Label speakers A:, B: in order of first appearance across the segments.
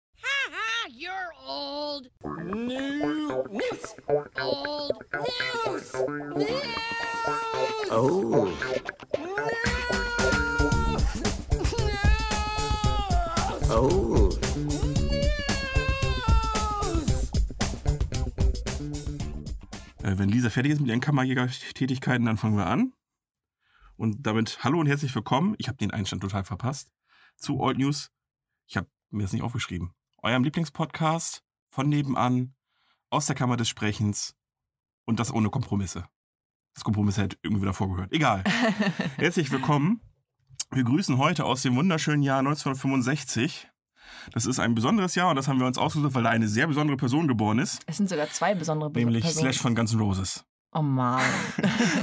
A: you're old.
B: New news.
A: Old news.
B: News.
C: Oh.
B: News.
C: Oh.
B: News.
D: Äh, wenn Lisa fertig ist mit ihren Kammerjäger-Tätigkeiten, dann fangen wir an. Und damit hallo und herzlich willkommen. Ich habe den Einstand total verpasst. Zu Old News. Ich habe mir das nicht aufgeschrieben. Eurem Lieblingspodcast von nebenan, aus der Kammer des Sprechens und das ohne Kompromisse. Das Kompromiss hätte irgendwie davor gehört. Egal. Herzlich willkommen. Wir grüßen heute aus dem wunderschönen Jahr 1965. Das ist ein besonderes Jahr und das haben wir uns ausgesucht, weil da eine sehr besondere Person geboren ist,
E: Es sind sogar zwei besondere Be-
D: nämlich
E: Personen.
D: Slash von Guns N' Roses.
E: Oh Mann.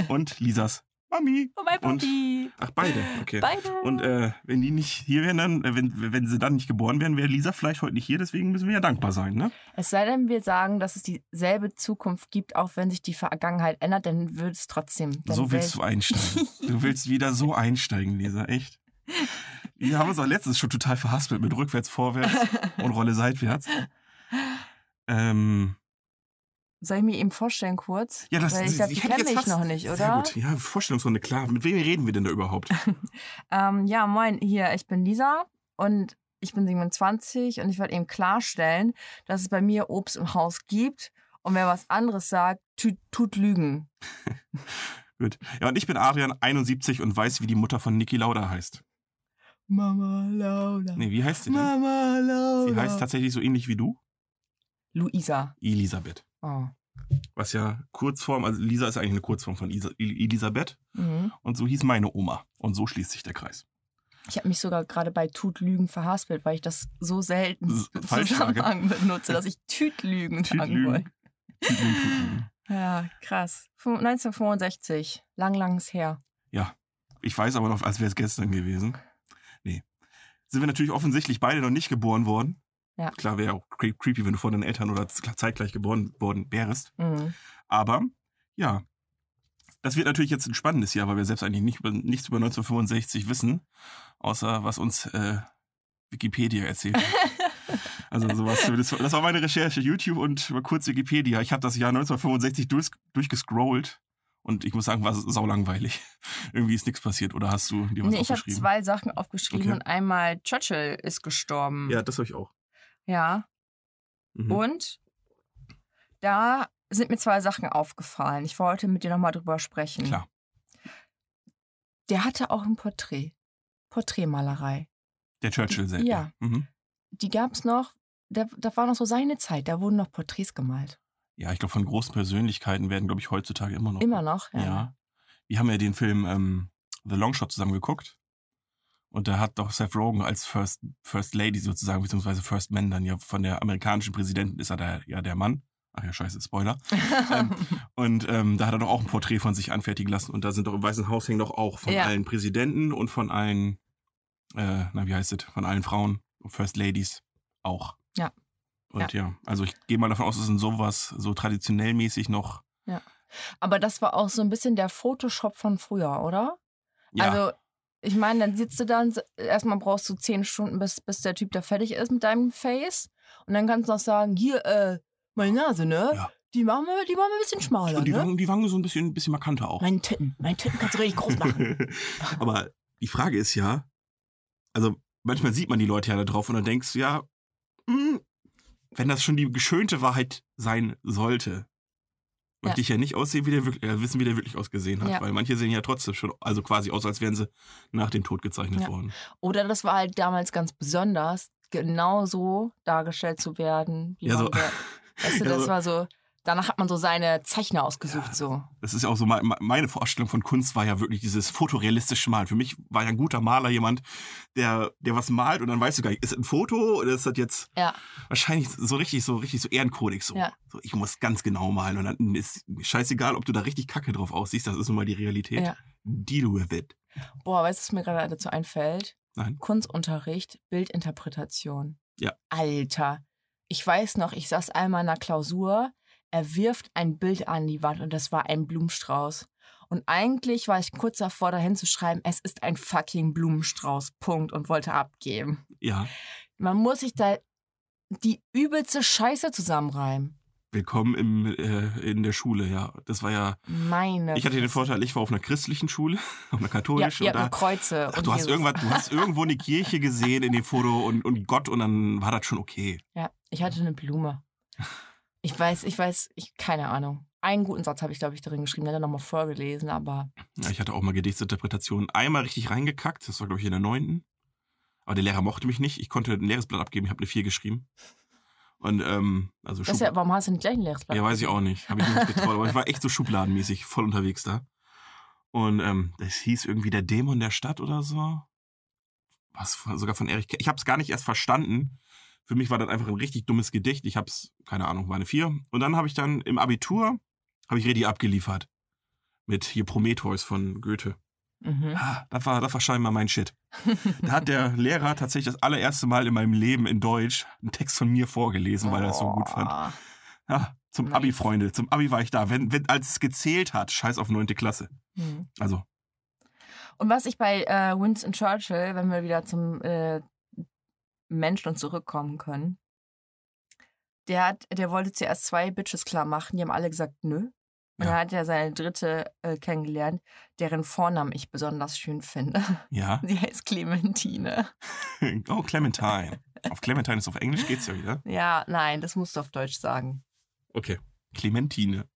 D: und Lisas Mami.
E: Oh mein
D: Und-
E: Papi.
D: Ach, beide. Okay.
E: Beide.
D: Und äh, wenn die nicht hier wären, dann, äh, wenn, wenn sie dann nicht geboren wären, wäre Lisa vielleicht heute nicht hier, deswegen müssen wir ja dankbar sein, ne?
E: es sei denn, wir sagen, dass es dieselbe Zukunft gibt, auch wenn sich die Vergangenheit ändert, dann wird es trotzdem. Dann
D: so willst du
E: wär-
D: einsteigen. du willst wieder so einsteigen, Lisa, echt. Wir haben uns auch letztens schon total verhaspelt mit rückwärts, vorwärts und Rolle seitwärts. Ähm,
E: Soll ich mir eben vorstellen kurz?
D: ja, das
E: Weil ich glaube, die
D: hätte
E: kenne ich
D: fast-
E: noch nicht,
D: Sehr
E: oder?
D: gut. Ja, Vorstellungsrunde, klar. Mit wem reden wir denn da überhaupt?
E: Ähm, ja, moin, hier, ich bin Lisa und ich bin 27 und ich wollte eben klarstellen, dass es bei mir Obst im Haus gibt und wer was anderes sagt, tut, tut Lügen.
D: gut. Ja, und ich bin Adrian, 71 und weiß, wie die Mutter von Niki Lauda heißt.
E: Mama Laura.
D: Nee, wie heißt sie denn?
E: Mama Laura.
D: Sie heißt tatsächlich so ähnlich wie du,
E: Luisa.
D: Elisabeth.
E: Oh.
D: Was ja Kurzform, also Lisa ist eigentlich eine Kurzform von Isa, El- Elisabeth.
E: Mhm.
D: Und so hieß meine Oma. Und so schließt sich der Kreis.
E: Ich habe mich sogar gerade bei Tütlügen verhaspelt, weil ich das so selten
D: S-
E: im
D: Falschfrage.
E: Zusammenhang benutze, dass ich Tütlügen sagen
D: Tütlügen.
E: wollte.
D: Tütlügen, tütlügen.
E: Ja, krass. Fün- 1965, lang, langes her.
D: Ich weiß aber noch, als wäre es gestern gewesen. Nee. Sind wir natürlich offensichtlich beide noch nicht geboren worden.
E: Ja.
D: Klar wäre ja auch cre- creepy, wenn du vor deinen Eltern oder z- zeitgleich geboren worden wärst.
E: Mhm.
D: Aber ja, das wird natürlich jetzt ein spannendes Jahr, weil wir selbst eigentlich nicht über, nichts über 1965 wissen, außer was uns äh, Wikipedia erzählt. also sowas. Das, das war meine Recherche, YouTube und mal kurz Wikipedia. Ich habe das Jahr 1965 durch, durchgescrollt und ich muss sagen, war saulangweilig. Irgendwie ist nichts passiert. Oder hast du dir was
E: Nee, ich habe
D: aufgeschrieben?
E: zwei Sachen aufgeschrieben
D: Okay.
E: und einmal Churchill ist gestorben.
D: ja, das habe ich auch.
E: ja.
D: Mhm.
E: Und da sind mir zwei Sachen aufgefallen. Ich wollte mit dir nochmal drüber sprechen.
D: Klar.
E: Der hatte auch ein Porträt. Porträtmalerei.
D: Der Churchill selbst.
E: Ja.
D: Mhm.
E: die gab es noch, da, da war noch so seine Zeit, da wurden noch Porträts gemalt.
D: Ja, ich glaube, von großen Persönlichkeiten werden, glaube ich, heutzutage immer noch.
E: Immer noch, ja.
D: Ja. Wir haben ja den Film ähm, The Long Shot zusammen geguckt. Und da hat doch Seth Rogen als First, First Lady sozusagen, beziehungsweise First Man dann ja von der amerikanischen Präsidentin ist er da ja der Mann. Ach ja, scheiße, Spoiler. Ähm, und ähm, da hat er doch auch ein Porträt von sich anfertigen lassen. Und da sind doch im Weißen Haus hängen doch auch von
E: Ja.
D: allen Präsidenten und von allen, äh, na wie heißt es, von allen Frauen, First Ladies auch.
E: Ja.
D: Und ja, also ich gehe mal davon aus, es sind sowas so traditionell mäßig noch.
E: Aber das war auch so ein bisschen der Photoshop von früher, oder?
D: Ja,
E: Also, ich meine, dann sitzt du da und s- erstmal brauchst du zehn Stunden, bis, bis der Typ da fertig ist mit deinem Face. Und dann kannst du noch sagen, hier, äh, meine Nase, ne?
D: Ja.
E: Die machen wir, die machen wir ein bisschen schmaler,
D: und die,
E: ne?
D: Wangen, die Wangen so ein bisschen, ein bisschen markanter auch.
E: Meine Titten, meine Titten kannst du richtig groß machen.
D: Aber die Frage ist ja, also manchmal sieht man die Leute ja da drauf und dann denkst du ja, hm, wenn das schon die geschönte Wahrheit sein sollte, möchte
E: Ja.
D: ich ja nicht aussehen, wie der wirklich, äh, wissen, wie der wirklich ausgesehen hat.
E: Ja.
D: Weil manche sehen ja trotzdem schon, also quasi aus, als wären sie nach dem Tod gezeichnet
E: Ja.
D: worden.
E: Oder das war halt damals ganz besonders, genau so dargestellt zu werden, wie
D: Ja,
E: man
D: so-
E: der, weißt du,
D: Ja,
E: das
D: so-
E: war so, danach hat man so seine Zeichner ausgesucht, so.
D: Das ist ja auch so, me- me- meine Vorstellung von Kunst war ja wirklich dieses fotorealistische Malen. Für mich war ja ein guter Maler jemand, der, der was malt und dann weißt du gar nicht, ist das ein Foto oder ist das jetzt
E: Ja,
D: wahrscheinlich so richtig, so richtig, so Ehrenkodex. So.
E: Ja.
D: so ich muss ganz genau malen. Und dann ist mir scheißegal, ob du da richtig Kacke drauf aussiehst. Das ist nun mal die Realität.
E: Ja.
D: Deal with it.
E: boah, weißt du, was mir gerade dazu einfällt?
D: Nein.
E: Kunstunterricht, Bildinterpretation.
D: Ja.
E: Alter, ich weiß noch, ich saß einmal in einer Klausur, er wirft ein Bild an die Wand und das war ein Blumenstrauß. Und eigentlich war ich kurz davor, dahin zu schreiben, es ist ein fucking Blumenstrauß, Punkt, und wollte abgeben.
D: Ja.
E: man muss sich da die übelste Scheiße zusammenreimen.
D: Willkommen im, äh, in der Schule, ja. Das war ja.
E: Meine.
D: Ich hatte den
E: Fresse.
D: Vorteil, ich war auf einer christlichen Schule, auf einer
E: ja,
D: katholischen.
E: ja,
D: und da,
E: nur Kreuze.
D: ach,
E: und
D: du, hast
E: Jesus.
D: irgendwas, du hast irgendwo eine Kirche gesehen in dem Foto und, und Gott und dann war das schon okay.
E: Ja, ich hatte eine Blume. Ich weiß, ich weiß, ich keine Ahnung. Einen guten Satz habe ich, glaube ich, drin geschrieben, der hat er nochmal vorgelesen, aber
D: Ja, ich hatte auch mal Gedichtsinterpretationen einmal richtig reingekackt. Das war, glaube ich, in der neunten. Aber der Lehrer mochte mich nicht. Ich konnte ein leeres Blatt abgeben. Ich habe eine 4 geschrieben. Und, ähm, also
E: das ist ja, warum hast du nicht gleich ein leeres Blatt?
D: Ja, weiß ich auch nicht. Habe ich mir nicht getraut. Aber ich war echt so schubladenmäßig voll unterwegs da. Und ähm, das hieß irgendwie der Dämon der Stadt oder so. Was von- sogar von Erich. Ke- Ich habe es gar nicht erst verstanden. Für mich war das einfach ein richtig dummes Gedicht. Ich habe es, keine Ahnung, war eine vier. Und dann habe ich dann im Abitur, habe ich Redi abgeliefert. Mit hier Prometheus von Goethe.
E: Mhm.
D: Ah, das war, das war scheinbar mein Shit. Da hat der Lehrer tatsächlich das allererste Mal in meinem Leben in Deutsch einen Text von mir vorgelesen, weil er es so gut fand.
E: Boah.
D: Ja, zum
E: Nice.
D: Abi, Freunde. Zum Abi war ich da. Wenn, wenn, als es gezählt hat, scheiß auf neunte Klasse.
E: Mhm.
D: Also,
E: Und was ich bei äh, Winston Churchill, wenn wir wieder zum äh, Menschen und zurückkommen können, der hat, der wollte zuerst zwei Bitches klar machen, die haben alle gesagt nö. Und
D: Ja.
E: dann hat er seine dritte äh, kennengelernt, deren Vornamen ich besonders schön finde.
D: ja.
E: Sie heißt Clementine.
D: Oh, Clementine. Auf Clementine ist auf Englisch geht's ja wieder.
E: Ja, nein, das musst du auf Deutsch sagen.
D: Okay. Clementine.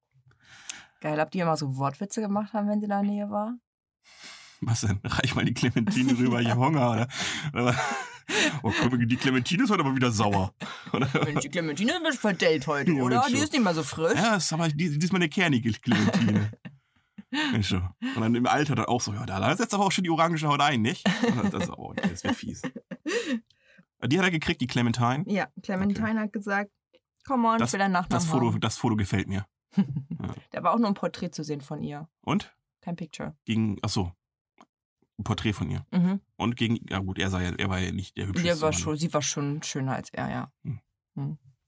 E: Geil, ob die immer so Wortwitze gemacht haben, wenn sie in der Nähe war?
D: Was denn? Reich mal die Clementine rüber, ich hab Hunger, oder? oder was? oh, guck mal, die Clementine ist heute aber wieder sauer. Oder?
E: Mensch, die Clementine ist verdellt heute,
D: Ja,
E: oder?
D: Mensch,
E: Die
D: so.
E: ist nicht mehr so frisch.
D: Ja, ist aber dies- diesmal eine kernige Clementine. Mensch, so. Und dann im Alter dann auch so, ja, da- da setzt aber auch schon die orange Haut ein, nicht? Und Das ist aber auch, das wäre fies. Die hat er gekriegt, die Clementine.
E: Ja, Clementine hat gesagt, come on, ich will deinen Nachnamen
D: Das Foto,
E: haben.
D: das Foto gefällt mir.
E: da war auch nur ein Porträt zu sehen von ihr,
D: Und?
E: kein Picture.
D: gegen, ach so, ein Porträt von ihr.
E: Mhm.
D: Und gegen, ja gut, er, sei, er war ja nicht der hübscheste.
E: Der war
D: Mann.
E: schon, sie war schon schöner als er, ja.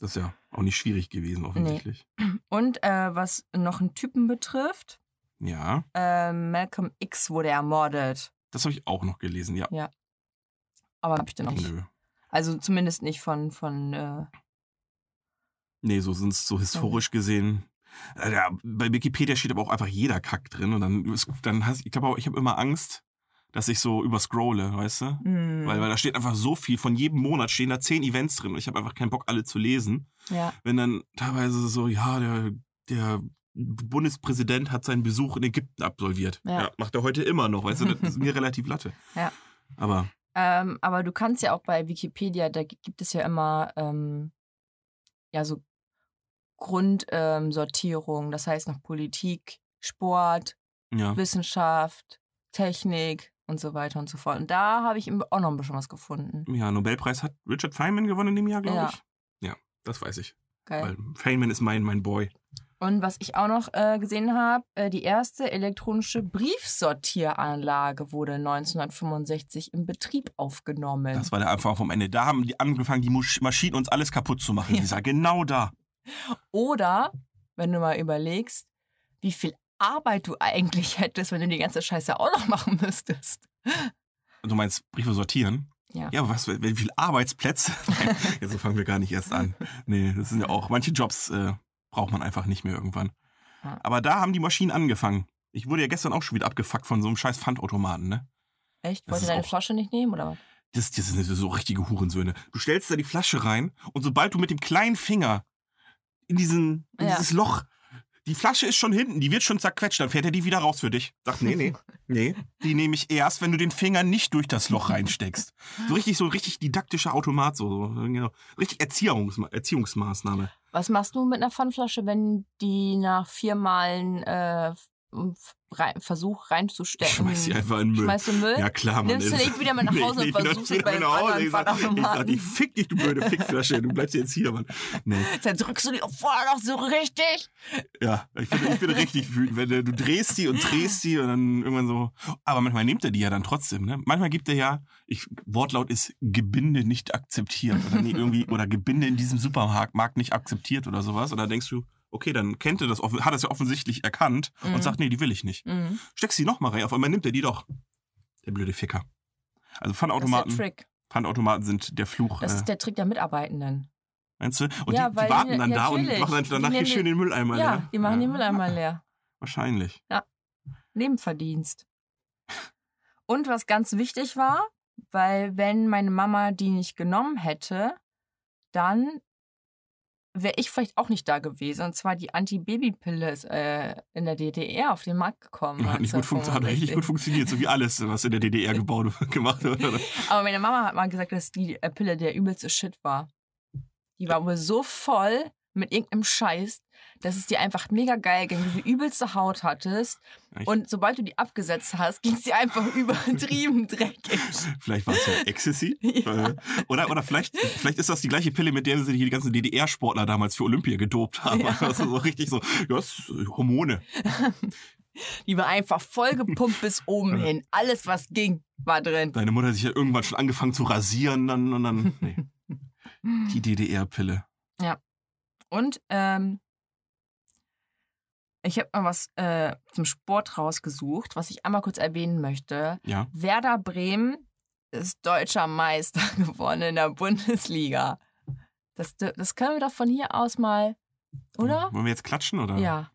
D: Das ist ja auch nicht schwierig gewesen, offensichtlich.
E: Und äh, was noch einen Typen betrifft,
D: Ja,
E: äh, Malcolm X wurde ermordet.
D: das habe ich auch noch gelesen, ja.
E: Aber hab ich den nicht.
D: Nö.
E: Also zumindest nicht von, von äh,
D: Nee, so sind es so historisch gesehen. Äh, Ja, bei Wikipedia steht aber auch einfach jeder Kack drin. Und dann, dann hast, ich glaube auch, ich habe immer Angst, dass ich so überscrolle, weißt
E: Mhm.
D: du?
E: mh,
D: Weil, weil da steht einfach so viel. Von jedem Monat stehen da zehn Events drin. Und ich habe einfach keinen Bock, alle zu lesen.
E: ja.
D: wenn dann teilweise so, ja, der, der Bundespräsident hat seinen Besuch in Ägypten absolviert.
E: Ja.
D: Ja. macht er heute immer noch, weißt du, das ist mir relativ Latte.
E: Ja.
D: Aber
E: Ähm, aber du kannst ja auch bei Wikipedia, da gi- gibt es ja immer ähm, ja so Grundsortierung, ähm, Sortierung. das heißt nach Politik, Sport,
D: ja,
E: Wissenschaft, Technik und so weiter und so fort. Und da habe ich eben auch noch ein bisschen was gefunden.
D: ja, Nobelpreis hat Richard Feynman gewonnen in dem Jahr, glaube
E: Ja.
D: ich. Ja, das weiß ich.
E: Geil.
D: Weil Feynman ist mein, mein Boy.
E: Und was ich auch noch äh, gesehen habe, äh, die erste elektronische Briefsortieranlage wurde 1965 in Betrieb aufgenommen.
D: Das war der Anfang vom Ende. Da haben die angefangen, die Musch- Maschinen uns alles kaputt zu machen.
E: Ja.
D: Die sah genau da.
E: Oder, wenn du mal überlegst, wie viel Arbeit du eigentlich hättest, wenn du die ganze Scheiße auch noch machen müsstest.
D: Du meinst Briefe sortieren?
E: Ja.
D: Ja, aber was, wie viele Arbeitsplätze? Nein, ja, so fangen wir gar nicht erst an. Nee, das sind ja auch, manche Jobs äh, braucht man einfach nicht mehr irgendwann.
E: Ja.
D: Aber da haben die Maschinen angefangen. Ich wurde ja gestern auch schon wieder abgefuckt von so einem scheiß Pfandautomaten, ne?
E: Echt?
D: Das
E: Wollt ihr
D: ist
E: deine
D: auch-
E: Flasche nicht nehmen oder was?
D: Das, das sind so richtige Hurensöhne. Du stellst da die Flasche rein und sobald du mit dem kleinen Finger in, diesen, in
E: Ja.
D: dieses Loch, die Flasche ist schon hinten, die wird schon zerquetscht, dann fährt er die wieder raus für dich. Sag, nee, nee, nee. Die nehme ich erst, wenn du den Finger nicht durch das Loch reinsteckst. So richtig, so ein richtig didaktischer Automat, so, so genau. richtig Erziehungsma Erziehungsmaßnahme.
E: Was machst du mit einer Pfandflasche, wenn die nach viermalen äh, f- rein, Versuch
D: Ich
E: reinzustecken?
D: schmeiß sie einfach in den Müll.
E: Schmeißt du in den Müll?
D: Ja, klar, Mann.
E: Nimmst du
D: ey.
E: die wieder mit nach Hause und
D: die nimmst
E: versuchst
D: du wieder
E: sie
D: mit
E: bei
D: nach
E: den
D: Hause. Ich sag,
E: anderen
D: ich sag,
E: Pfandautomaten.
D: ich fick dich, du blöde Fickflasche. Du bleibst jetzt hier, Mann. Nee.
E: Dann drückst du die auch vorher noch so richtig.
D: Ja, ich bin, ich bin richtig wütend, wenn du, du drehst die und drehst die und dann irgendwann so. Aber manchmal nimmt er die ja dann trotzdem, ne? Manchmal gibt er ja, ich, Wortlaut ist Gebinde nicht akzeptiert oder nee, irgendwie oder Gebinde in diesem Supermarkt Markt nicht akzeptiert oder sowas. Und dann denkst du, okay, dann kennt er das, offen- hat das ja offensichtlich erkannt
E: Mhm.
D: und sagt, nee, die will ich nicht.
E: Mhm.
D: Steckst die nochmal rein, auf einmal nimmt er die doch. Der blöde Ficker. Also
E: Das ist der
D: Pfandautomaten,
E: Trick.
D: Pfandautomaten sind der Fluch.
E: Das
D: äh,
E: ist der Trick der Mitarbeitenden.
D: Meinst du? Und
E: Ja,
D: die,
E: weil
D: die warten
E: die-
D: dann da und
E: natürlich.
D: machen dann
E: Die
D: danach hier
E: nehmen
D: schön
E: die-
D: den Mülleimer
E: ja,
D: leer.
E: die machen den Mülleimer leer.
D: Wahrscheinlich.
E: Nebenverdienst. Und was ganz wichtig war, weil wenn meine Mama die nicht genommen hätte, dann wäre ich vielleicht auch nicht da gewesen. Und zwar die Antibabypille ist äh, in der DDR auf den Markt gekommen.
D: Hat nicht gut funktioniert. Hat richtig gut
E: 1965.
D: funktioniert, so wie alles, was in der DDR gebaut gemacht wurde.
E: Aber meine Mama hat mal gesagt, dass die äh, Pille der übelste Shit war. Die war wohl so voll mit irgendeinem Scheiß, dass es dir einfach mega geil ging, du die übelste Haut hattest.
D: Echt?
E: Und sobald du die abgesetzt hast, ging es dir einfach übertrieben dreckig.
D: Vielleicht war es ja Ecstasy.
E: Ja.
D: Äh, Oder, oder vielleicht, vielleicht ist das die gleiche Pille, mit der sie die ganzen DDR-Sportler damals für Olympia gedopt haben.
E: Ja.
D: Also so richtig so, ja, das ist äh, Hormone.
E: Die war einfach voll gepumpt bis oben hin. Alles, was ging, war drin.
D: Deine Mutter hat sich ja irgendwann schon angefangen zu rasieren dann, und dann. Nee, die DDR-Pille.
E: Und ähm, ich habe mal was äh, zum Sport rausgesucht, was ich einmal kurz erwähnen möchte.
D: Ja.
E: Werder Bremen ist deutscher Meister geworden in der Bundesliga. Das, dür- das können wir doch von hier aus mal, oder?
D: Wollen wir jetzt klatschen oder?
E: Ja.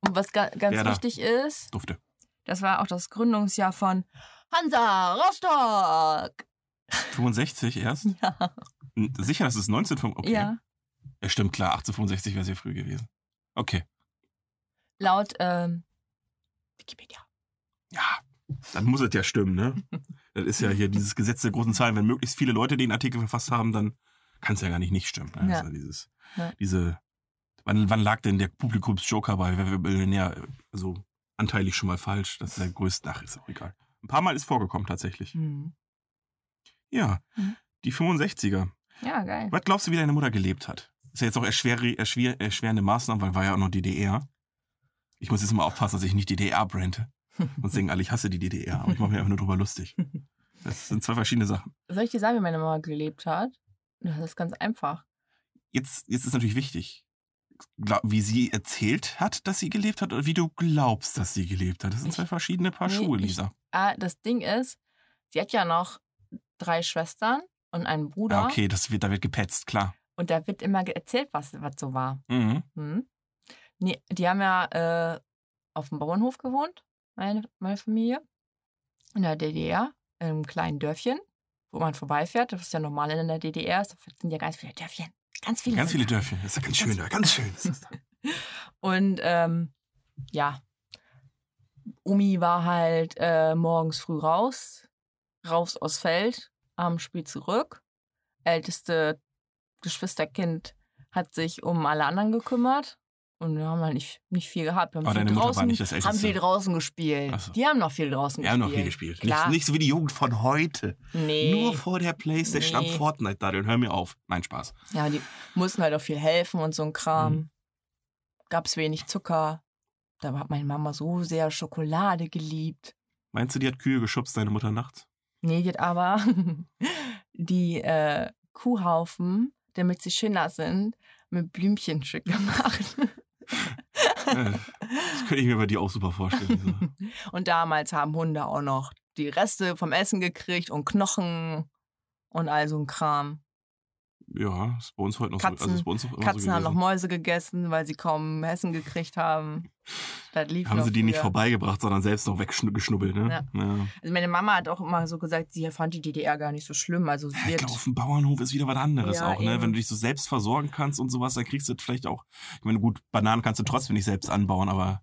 E: Und was ga ganz
D: Werder.
E: wichtig ist,
D: Dufte.
E: das war auch das Gründungsjahr von Hansa Rostock.
D: 65 erst?
E: Ja.
D: N- Sicher, das ist 19. Okay.
E: Ja.
D: Ja, stimmt, klar, 1865 wäre sehr früh gewesen. Okay.
E: Laut ähm, Wikipedia.
D: Ja, dann muss es ja stimmen, ne? Das ist ja hier dieses Gesetz der großen Zahlen. Wenn möglichst viele Leute den Artikel verfasst haben, dann kann es ja gar nicht nicht stimmen. ne?
E: Ja.
D: Also dieses,
E: Ja.
D: diese, wann, wann lag denn der Publikumsjoker bei Wer wird Millionär? Also anteilig schon mal falsch. Das ist der größte. Ach, ist auch egal. Ein paar Mal ist vorgekommen tatsächlich.
E: Hm.
D: Ja,
E: Mhm.
D: die 65er.
E: Ja, geil.
D: Was glaubst du, wie deine Mutter gelebt hat? Ist ja jetzt auch erschwer, erschwer, erschwerende Maßnahmen, weil war ja auch noch DDR. Ich muss jetzt mal aufpassen, dass ich nicht DDR brande. Und singen alle, ich hasse die DDR. Aber ich mache mir einfach nur drüber lustig. Das sind zwei verschiedene Sachen.
E: Soll ich dir sagen, wie meine Mama gelebt hat? Das ist ganz einfach.
D: Jetzt, jetzt ist natürlich wichtig, glaub, wie sie erzählt hat, dass sie gelebt hat oder wie du glaubst, dass sie gelebt hat. Das sind
E: Ich-
D: zwei verschiedene Paar
E: nee,
D: Schuhe,
E: ich-
D: Lisa.
E: Ah, das Ding ist, sie hat ja noch drei Schwestern und einen Bruder.
D: Ja, Ah, okay, das wird, da wird gepetzt, klar.
E: Und da wird immer ge- erzählt, was, was so war.
D: Mhm.
E: Hm? Nee, die haben ja äh, auf dem Bauernhof gewohnt, meine, meine Familie. In der DDR, in einem kleinen Dörfchen, wo man vorbeifährt. Das ist ja normal in der DDR. Es sind ja ganz viele Dörfchen. Ganz viele.
D: Ganz
E: sind
D: viele
E: da.
D: Dörfchen. Das ist ja ganz schön da, ganz schön. ist das da.
E: Und ähm, ja, Omi war halt äh, morgens früh raus, raus aus Feld, abends spät zurück. Älteste Geschwisterkind hat sich um alle anderen gekümmert. Und wir haben halt nicht, nicht viel gehabt. Wir haben,
D: Aber
E: viel
D: deine Mutter war
E: draußen,
D: nicht das Älteste.
E: haben viel draußen gespielt.
D: Ach so.
E: Die haben noch viel draußen
D: Wir haben
E: gespielt.
D: noch viel gespielt. Nicht,
E: Klar.
D: nicht so wie die Jugend von heute.
E: nee.
D: Nur vor der Playstation
E: Nee.
D: am Fortnite daddeln. Hör mir auf. Nein, Spaß.
E: Ja, die mussten halt auch viel helfen und so ein Kram.
D: Mhm.
E: Gab es wenig Zucker. Da hat meine Mama so sehr Schokolade geliebt.
D: Meinst du, die hat Kühe geschubst, deine Mutter nachts?
E: Nee, geht aber die äh, Kuhhaufen, damit sie schöner sind, mit Blümchen schick gemacht.
D: Äh, das könnte ich mir bei dir auch super vorstellen. Lisa.
E: und damals haben Hunde auch noch die Reste vom Essen gekriegt und Knochen und all so ein Kram.
D: Ja, ist bei uns heute noch so.
E: Katzen-
D: Also ist bei uns auch immer
E: Katzen
D: so
E: haben noch
D: gewesen.
E: Mäuse gegessen, weil sie kaum Essen gekriegt haben. Das lief
D: haben
E: noch
D: sie die nicht
E: früher.
D: vorbeigebracht, sondern selbst noch weggeschnubbelt. Ne? Ja.
E: Also meine Mama hat auch immer so gesagt, sie fand die DDR gar nicht so schlimm. Also sie
D: Ja, ich
E: hat-
D: glaube, auf dem Bauernhof ist wieder was anderes
E: Ja,
D: auch. Ne?
E: eben.
D: Wenn du dich so selbst versorgen kannst und sowas, dann kriegst du das vielleicht auch. Ich meine, gut, Bananen kannst du trotzdem nicht selbst anbauen, aber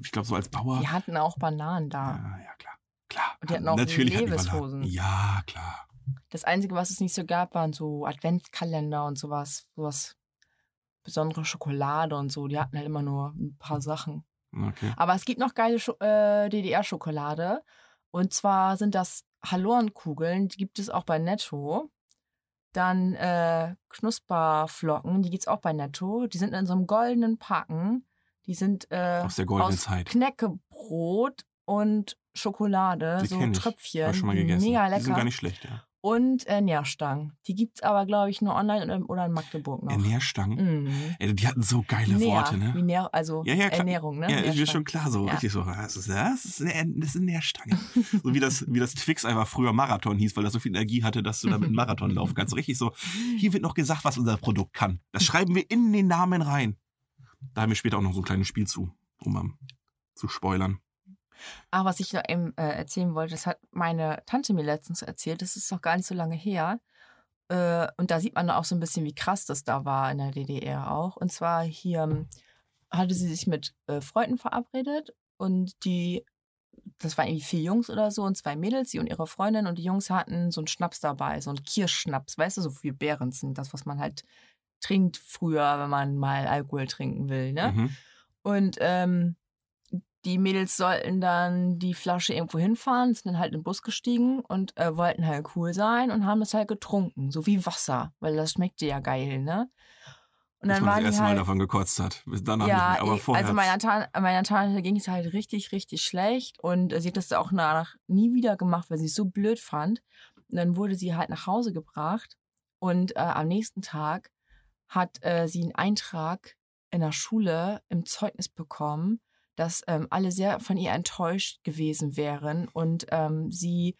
D: ich glaube, so als Bauer.
E: die hatten auch Bananen da.
D: ja, ja, klar. Klar.
E: Und die hatten auch
D: hatten die
E: Levishosen.
D: Bananen. Ja, klar.
E: Das Einzige, was es nicht so gab, waren so Adventskalender und sowas. Sowas besondere Schokolade und so. Die hatten halt immer nur ein paar Sachen.
D: Okay.
E: Aber es gibt noch geile Scho- äh, DDR-Schokolade. Und zwar sind das Hallorenkugeln, die gibt es auch bei Netto. Dann äh, Knusperflocken, die gibt es auch bei Netto. Die sind in so einem goldenen Packen. Die sind äh,
D: Aus der goldenen Zeit.
E: Knäckebrot und Schokolade,
D: Die
E: so
D: kenn ich.
E: Tröpfchen.
D: Hab ich schon mal
E: die
D: gegessen.
E: Mega
D: Die sind
E: lecker.
D: gar nicht schlecht, ja.
E: und äh, Nährstangen. Die gibt's aber, glaube ich, nur online oder- oder in Magdeburg noch.
D: Ernährstangen.
E: Mhm.
D: Ey, die hatten so geile
E: Nähr,
D: Worte,
E: Wie
D: ne?
E: Nähr, also
D: Ja, ja, klar.
E: Ernährung, ne?
D: Ja, ist mir schon
E: Nährstangen.
D: klar, so
E: Ja.
D: richtig so. Das ist, das ist, eine, das ist eine Nährstange. so wie das, wie das Twix einfach früher Marathon hieß, weil das so viel Energie hatte, dass du damit einen Marathon laufen kannst. So Richtig so. Hier wird noch gesagt, was unser Produkt kann. Das schreiben wir in den Namen rein. Da haben wir später auch noch so ein kleines Spiel zu, um am- zu spoilern.
E: Ah, was ich noch eben äh, erzählen wollte, das hat meine Tante mir letztens erzählt. Das ist noch gar nicht so lange her. Äh, und da sieht man auch so ein bisschen, wie krass das da war in der DDR auch. Und zwar hier ähm, hatte sie sich mit äh, Freunden verabredet und die, das waren irgendwie vier Jungs oder so und zwei Mädels, sie und ihre Freundin und die Jungs hatten so einen Schnaps dabei, so einen Kirschschnaps, weißt du, so viel Beeren sind das, was man halt trinkt früher, wenn man mal Alkohol trinken will, ne?
D: Mhm.
E: Und ähm, die Mädels sollten dann die Flasche irgendwo hinfahren, sind dann halt in den Bus gestiegen und äh, wollten halt cool sein und haben es halt getrunken, so wie Wasser, weil das schmeckte ja geil, ne? Und
D: Dass
E: dann
D: man das
E: waren die
D: erste Mal
E: halt,
D: davon gekotzt hat. Bis Danach
E: ja,
D: nicht mehr. Aber
E: ich-
D: vorher.
E: also meiner Tante, meiner Tante ging es halt richtig, richtig schlecht und äh, sie hat das auch danach nie wieder gemacht, weil sie es so blöd fand. Und dann wurde sie halt nach Hause gebracht und äh, am nächsten Tag hat äh, sie einen Eintrag in der Schule im Zeugnis bekommen, dass ähm, alle sehr von ihr enttäuscht gewesen wären und ähm, sie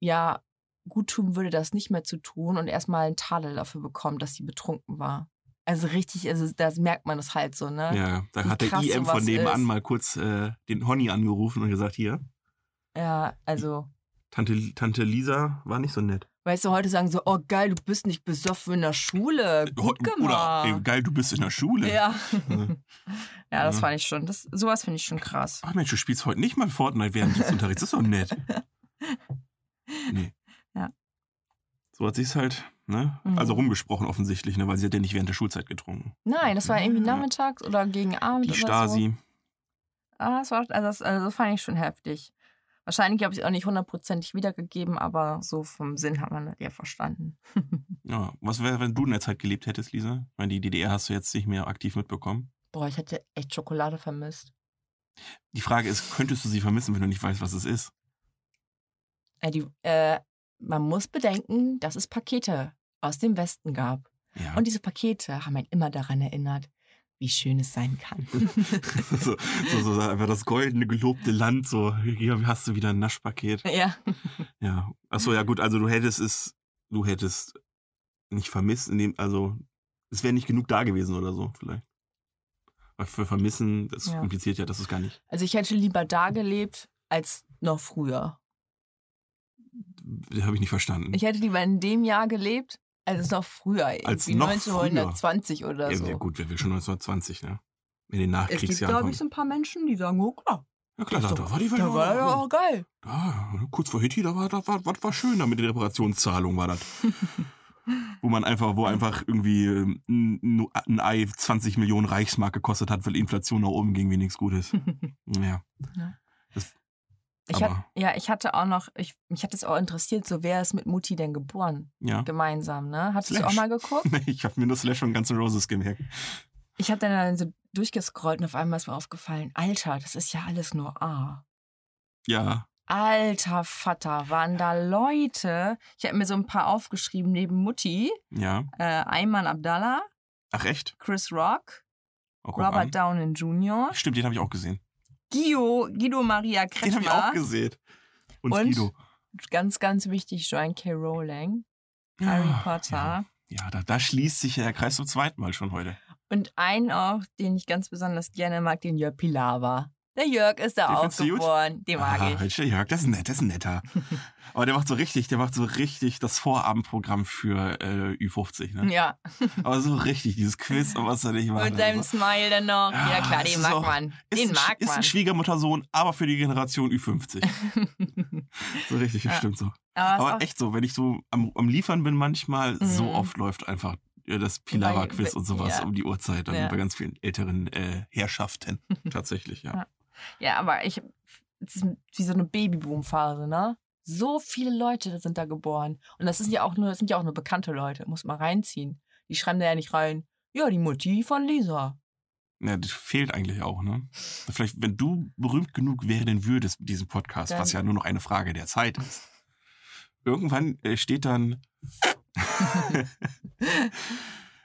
E: ja gut tun würde, das nicht mehr zu tun und erstmal einen Tadel dafür bekommen, dass sie betrunken war. Also richtig, also das merkt man das halt so, ne?
D: ja, da
E: wie
D: hat der
E: krass
D: IM von
E: sowas
D: nebenan
E: ist.
D: mal kurz äh, den Honey angerufen und gesagt: Hier,
E: Ja, also,
D: Tante, Tante Lisa war nicht so nett.
E: weißt du, heute sagen so, oh geil, du bist nicht besoffen in der Schule. Gut
D: Äh, Oder,
E: gemacht.
D: ey, geil, du bist in der Schule.
E: ja.
D: Ja.
E: ja, das
D: Ja.
E: fand ich schon. Das, sowas finde ich schon krass.
D: Ach Mensch, du spielst heute nicht mal Fortnite während des Unterrichts. Das ist doch nett. Nee.
E: Ja.
D: So hat sie es halt, ne?
E: Mhm.
D: Also rumgesprochen offensichtlich, ne? Weil sie hat ja nicht während der Schulzeit getrunken.
E: Nein, das war irgendwie
D: Ja.
E: nachmittags oder gegen Abend.
D: Die
E: oder So.
D: Stasi.
E: Ah, das, war, also das, also das fand ich schon heftig. Wahrscheinlich habe ich es auch nicht hundertprozentig wiedergegeben, aber so vom Sinn hat man das ja verstanden.
D: Ja. Was wäre, wenn du in der Zeit gelebt hättest, Lisa? Ich meine, die DDR hast du jetzt nicht mehr aktiv mitbekommen.
E: Boah, ich hätte echt Schokolade vermisst.
D: Die Frage ist, könntest du sie vermissen, wenn du nicht weißt, was es ist?
E: Äh, die, äh, man muss bedenken, dass es Pakete aus dem Westen gab.
D: Ja.
E: Und diese Pakete haben einen immer daran erinnert, wie schön es sein kann.
D: so, so, so einfach das goldene, gelobte Land, so, hier hast du wieder ein Naschpaket.
E: ja.
D: Ja. Achso, ja gut, also du hättest es, du hättest nicht vermisst, in dem, also es wäre nicht genug da gewesen oder so, vielleicht. Weil für vermissen, das
E: Ja.
D: impliziert ja, dass es gar nicht.
E: Also ich hätte lieber da gelebt als noch früher.
D: Das habe ich nicht verstanden.
E: Ich hätte lieber in dem Jahr gelebt als noch früher.
D: Als
E: irgendwie
D: noch
E: 1920 oder
D: ja,
E: so.
D: wär gut, wer will schon 1920, ne? In den
E: also es gibt,
D: Nachkriegsjahren.
E: glaube
D: Kommen.
E: ich, so ein paar Menschen, die sagen, oh klar, genau,
D: ja klar, da, da war die Welt
E: da
D: noch-
E: war ja auch geil.
D: Ah, kurz vor Hitler, da war, da war, was war schön da mit den Reparationszahlungen, war das. wo man einfach, wo einfach irgendwie ähm, ein, ein Ei 20 Millionen Reichsmark gekostet hat, weil Inflation nach oben ging, wie nichts Gutes. Ja.
E: Ja.
D: Das,
E: Ich
D: aber,
E: hab, ja, ich hatte auch noch, ich, mich hat es auch interessiert, so wer ist mit Mutti denn geboren?
D: ja.
E: Gemeinsam, ne? Hattest du auch
D: Slash.
E: mal geguckt?
D: Ich habe mir nur Slash von Guns N' Roses gemerkt.
E: Ich habe dann so durchgescrollt und auf einmal ist mir aufgefallen, Alter, das ist ja alles nur A.
D: Ja.
E: Alter Vater, waren da Leute. Ich habe mir so ein paar aufgeschrieben neben Mutti.
D: Ja.
E: Äh, Ayman Abdallah,
D: Ach, echt?
E: Chris Rock,
D: Oh, guck
E: Robert
D: an.
E: Downey Jr.,
D: Stimmt, den habe ich auch gesehen.
E: Guido, Guido Maria
D: Den habe ich auch
E: Kretschmer.
D: gesehen. Und,
E: Und?
D: Guido.
E: Ganz, ganz wichtig, Joan K. Rowling, Harry
D: Ah,
E: Potter.
D: Ja, ja da, da schließt sich ja der Kreis zum zweiten Mal schon heute.
E: Und einen auch, den ich ganz besonders gerne mag, den Jörg Pilawa. Der Jörg ist da
D: Den
E: auch
D: findest du gut?
E: geboren. Den mag
D: Ah,
E: ich.
D: Mensch, der Jörg, das ist nett, das ist ein netter. Aber der macht so richtig, der macht so richtig das Vorabendprogramm für äh, Ü50, ne?
E: Ja,
D: Aber so richtig, dieses Quiz, aber was er nicht macht.
E: mit seinem
D: also.
E: Smile dann noch. Ja,
D: Ah,
E: klar,
D: das
E: den
D: ist
E: mag
D: auch-
E: man.
D: ist
E: Den
D: ein,
E: mag
D: Ist ein Schwiegermuttersohn, aber für die Generation Ü50.
E: man.
D: So richtig, das
E: Ja.
D: stimmt so.
E: Aber, was
D: Aber
E: auch-
D: echt so, wenn ich so am, am Liefern bin manchmal, so
E: Mhm.
D: oft läuft einfach äh, das Pilawa-Quiz
E: Weil-
D: und sowas
E: ja.
D: um die Uhrzeit, dann
E: Ja.
D: bei ganz vielen älteren äh, Herrschaften. Tatsächlich, ja.
E: Ja. Ja, aber ich. Es ist wie so eine Babyboom-Phase, ne? So viele Leute sind da geboren. Und das sind ja auch nur, das sind ja auch nur bekannte Leute. Muss man reinziehen. Die schreiben da ja nicht rein. Ja, die Mutti von Lisa.
D: Ja, das fehlt eigentlich auch, ne? Vielleicht, wenn du berühmt genug werden würdest mit diesem Podcast,
E: Dann-
D: was ja nur noch eine Frage der Zeit ist, irgendwann äh, steht dann.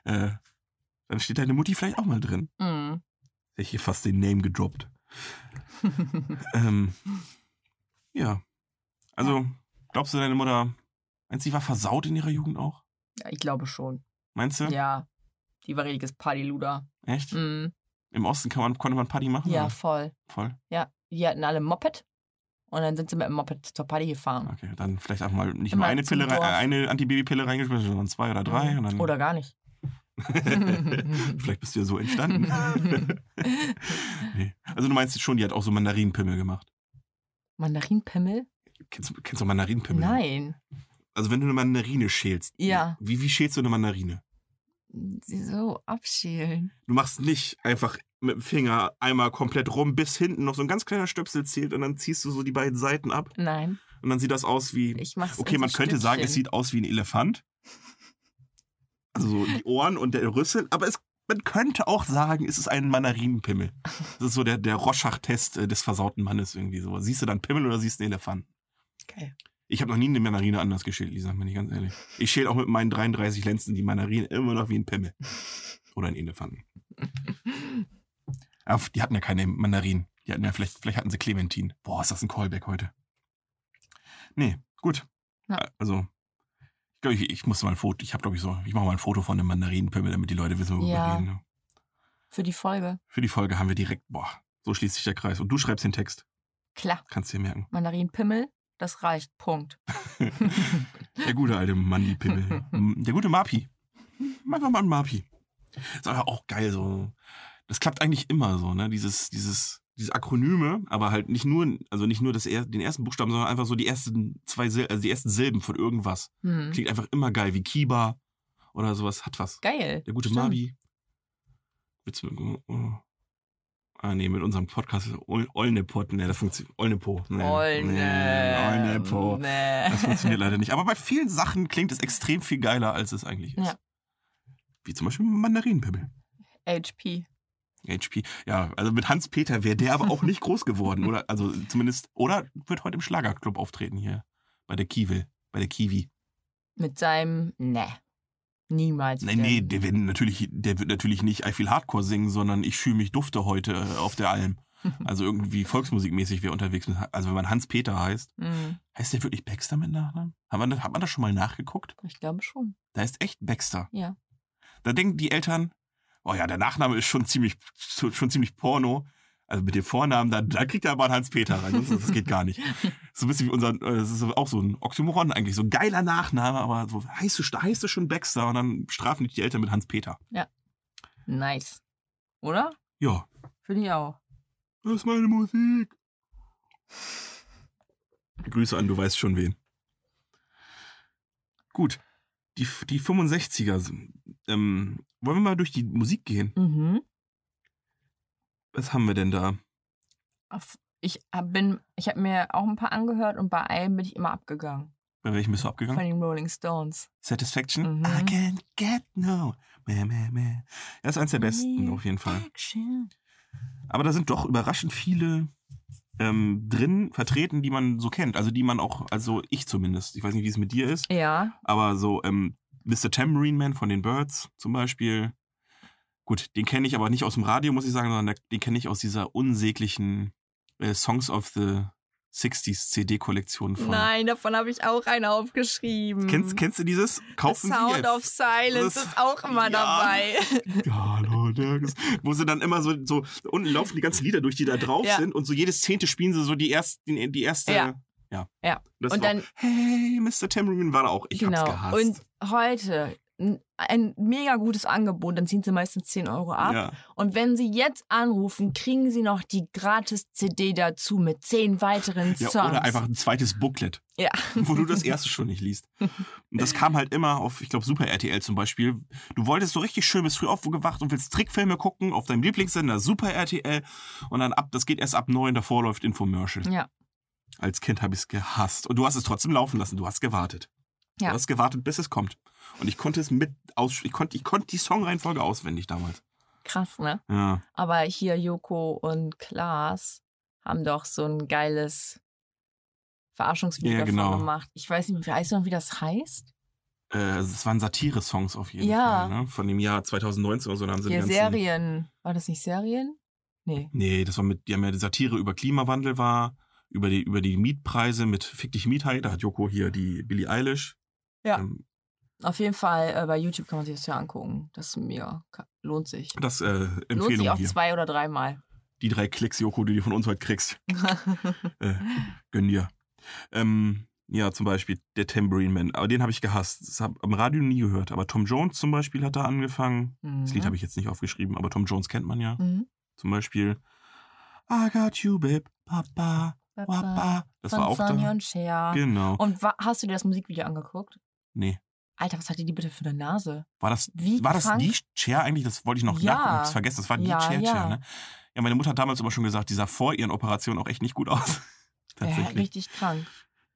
D: äh, dann steht deine Mutti vielleicht auch mal drin.
E: Mhm.
D: Hätte ich hier fast den Name gedroppt. Ähm, ja. Also, glaubst du, deine Mutter. Meinst du, die war versaut in ihrer Jugend auch?
E: ja, ich glaube schon.
D: Meinst du?
E: Ja. Die war richtiges Partyluder.
D: Echt?
E: Mhm.
D: Im Osten kann man, konnte man Party machen?
E: Ja,
D: oder?
E: voll.
D: Voll.
E: Ja. Die hatten alle ein Moped und dann sind sie mit dem Moped zur Party gefahren.
D: Okay, dann vielleicht auch mal nicht
E: Immer
D: nur eine
E: zum
D: Pille, rein,
E: Dorf. Mhm.
D: äh, eine Antibabypille reingeschmissen, sondern zwei oder drei. Und dann
E: Oder gar nicht.
D: vielleicht bist du ja so entstanden. nee. Also du meinst schon, die hat auch so Mandarinenpimmel gemacht.
E: Mandarinpimmel?
D: Kennst, du- kennst du Mandarinenpimmel?
E: Nein.
D: Also wenn du eine Mandarine schälst.
E: Ja.
D: Wie, wie schälst du eine Mandarine?
E: Sie so abschälen.
D: Du machst nicht einfach mit dem Finger einmal komplett rum, bis hinten noch so ein ganz kleiner Stöpsel zählt und dann ziehst du so die beiden Seiten ab
E: Nein.
D: und dann sieht das aus wie...
E: Ich mach's
D: Okay,
E: in so
D: man könnte sagen, es
E: Stückchen.
D: sieht aus wie ein Elefant. Also so die Ohren und der Rüssel. Aber es, man könnte auch sagen, es ist ein Mandarinenpimmel. Das ist so der, der Rorschach-Test äh, des versauten Mannes irgendwie so. Siehst du dann Pimmel oder siehst du einen Elefanten?
E: Geil.
D: Ich habe noch nie eine Mandarine anders geschält, Lisa, bin ich ganz ehrlich. Ich schäle auch mit meinen 33 Lenzen die Mandarine immer noch wie ein Pimmel. Oder ein Elefanten. Aber die hatten ja keine Mandarinen. Die hatten ja vielleicht, vielleicht hatten sie Clementin. Boah, ist das ein Callback heute. Nee, gut.
E: Ja.
D: Also, ich glaube, ich, ich muss mal ein Foto, ich habe, glaube ich, so, ich mache mal ein Foto von einem Mandarinenpimmel, damit die Leute wissen, worüber
E: Ja.
D: wir reden. ne?
E: Für die Folge.
D: Für die Folge haben wir direkt, boah, so schließt sich der Kreis. Und du schreibst den Text,
E: Klar.
D: kannst dir merken.
E: Mandarinpimmel, das reicht. Punkt.
D: Der gute alte Mandipimmel. M- Der gute Mapi. Einfach mal ein Mapi. Ist aber auch geil so. Das klappt eigentlich immer so, ne? Dieses, dieses, diese Akronyme, aber halt nicht nur, also nicht nur das, er- den ersten Buchstaben, sondern einfach so die ersten zwei Sil also die ersten Silben von irgendwas.
E: Hm.
D: Klingt einfach immer geil, wie Kiba oder sowas. Hat was.
E: Geil.
D: Der gute
E: Stimmt.
D: Mabi. Witz mit, oh. Ah, nee, mit unserem Podcast Ol- Olnepot. Ne, das funktioniert. Olnepo. Nee,
E: Olne.
D: Nee, Olnepo.
E: Nee.
D: Das funktioniert leider nicht. Aber bei vielen Sachen klingt es extrem viel geiler, als es eigentlich ist.
E: Ja.
D: Wie zum Beispiel Mandarinenpimmel.
E: HP.
D: HP. Ja, also mit Hans-Peter wäre der aber auch nicht groß geworden. Oder also zumindest, oder wird heute im Schlagerclub auftreten hier. Bei der Kiwi. Bei der Kiwi.
E: Mit seinem. Nee. Niemals.
D: Nein,
E: wieder.
D: nee, der wird natürlich, der wird natürlich nicht I Feel Hardcore singen, sondern ich fühle mich dufte heute äh, auf der Alm. Also irgendwie volksmusikmäßig wäre unterwegs. Mit, also wenn man Hans-Peter heißt.
E: Hm.
D: Heißt der wirklich Baxter mit Nachnamen? Hat man, das- hat man das schon mal nachgeguckt?
E: Ich glaube schon.
D: Da ist echt Baxter.
E: Ja.
D: Da denken die Eltern, oh ja, der Nachname ist schon ziemlich, schon ziemlich Porno. Also mit dem Vornamen, da, da kriegt er aber einen Hans-Peter rein. Das, das geht gar nicht. So ein bisschen wie unser, äh, das ist auch so ein Oxymoron eigentlich. So ein geiler Nachname, aber so heißt du, heißt du schon Baxter und dann strafen dich die Eltern mit Hans-Peter.
E: Nice. Oder?
D: Ja,
E: Finde ich auch.
D: das ist meine Musik. Grüße an, du weißt schon wen. Gut, die, die 65er. sind- Ähm, wollen wir mal durch die Musik gehen?
E: Mhm.
D: Was haben wir denn da?
E: Auf- Ich hab- bin, ich habe mir auch ein paar angehört und bei einem bin ich immer abgegangen.
D: Bei welchem bist du
E: Von
D: abgegangen?
E: den Rolling Stones.
D: Satisfaction?
E: Mhm.
D: I can't get no. Meh, meh, meh. Das ist eins der besten, auf jeden Fall.
E: Action.
D: Aber da sind doch überraschend viele ähm, drin vertreten, die man so kennt. Also die man auch, also ich zumindest. Ich weiß nicht, wie es mit dir ist,
E: Ja.
D: aber so ähm, Mr. Tambourine Man von den Birds zum Beispiel. Gut, den kenne ich aber nicht aus dem Radio, muss ich sagen, sondern den kenne ich aus dieser unsäglichen äh, Songs of the 60s CD-Kollektion von.
E: Nein, davon habe ich auch eine aufgeschrieben.
D: Kennst, kennst du dieses? Kaufen
E: The Sound
D: Sie jetzt.
E: of Silence
D: Das-
E: ist auch
D: Ja.
E: immer dabei.
D: Hallo, Dirks. Wo sie dann immer so, so, unten laufen die ganzen Lieder durch, die da drauf
E: Ja.
D: sind und so jedes Zehnte spielen sie so die, erst, die, die erste.
E: Ja.
D: Ja.
E: Ja.
D: Das
E: Und
D: war,
E: dann- genau.
D: hey, Mr. Tambourine war da auch. Ich hab's gehasst.
E: Und heute n- ein mega gutes Angebot, dann ziehen sie meistens 10 Euro ab.
D: ja.
E: Und wenn sie jetzt anrufen, kriegen sie noch die gratis CD dazu mit 10 weiteren
D: ja,
E: Songs.
D: oder einfach ein zweites Booklet,
E: Ja.
D: wo du das erste schon nicht liest. Und das kam halt immer auf, ich glaube, Super RTL zum Beispiel. Du wolltest so richtig schön, bist früh aufgewacht und willst Trickfilme gucken auf deinem Lieblingssender Super RTL und dann ab, das geht erst ab neun, davor läuft Infomercial.
E: Ja.
D: Als Kind habe ich es gehasst. Und du hast es trotzdem laufen lassen. Du hast gewartet.
E: Ja.
D: Du hast gewartet, bis es kommt. Und ich konnte es mit aus, ich konnte, ich konnte die Songreihenfolge auswendig damals.
E: Krass, ne?
D: Ja.
E: Aber hier Joko und Klaas haben doch so ein geiles Verarschungsvideo
D: Ja, genau.
E: davon gemacht. Ich weiß nicht, weißt du noch, wie das heißt?
D: Äh, also es waren Satire-Songs auf jeden
E: Ja.
D: Fall, ne? Von dem Jahr 2019 oder so. Da haben sie die
E: Hier,
D: ganzen,
E: Serien. War das nicht Serien? Nee.
D: Nee, das war mit, die haben ja die Satire über Klimawandel war, über die, über die Mietpreise mit Fick dich Miethai, da hat Joko hier die Billie Eilish.
E: Ja.
D: Ähm,
E: Auf jeden Fall, äh, bei YouTube kann man sich das ja angucken. Das ist mega. ka- Lohnt sich.
D: Das äh,
E: Lohnt sich
D: Empfehlung
E: auch
D: hier.
E: zwei oder dreimal.
D: Die drei Klicks, Joko, die du von uns heute kriegst, äh, gönn dir. Ähm, ja, zum Beispiel der Tambourine Man. Aber den habe ich gehasst. Das habe am Radio nie gehört. Aber Tom Jones zum Beispiel hat da angefangen. Das Lied habe ich jetzt nicht aufgeschrieben, aber Tom Jones kennt man ja.
E: Mhm.
D: Zum Beispiel I got you, babe, papa, papa. Das
E: Von
D: war auch
E: Sonja
D: da.
E: und Cher.
D: Genau.
E: Und wa- hast du dir das Musikvideo angeguckt?
D: Nee.
E: Alter, was hatte die bitte für eine Nase?
D: War das,
E: Wie
D: war das
E: krank?
D: die Chair eigentlich? Das wollte ich noch
E: Ja.
D: nachgucken. hab's vergessen. Das war die
E: Ja,
D: Chair,
E: ja.
D: Chair, ne? Ja, meine Mutter hat damals immer schon gesagt, die sah vor ihren Operationen auch echt nicht gut aus.
E: Ja,
D: Tatsächlich.
E: richtig krank.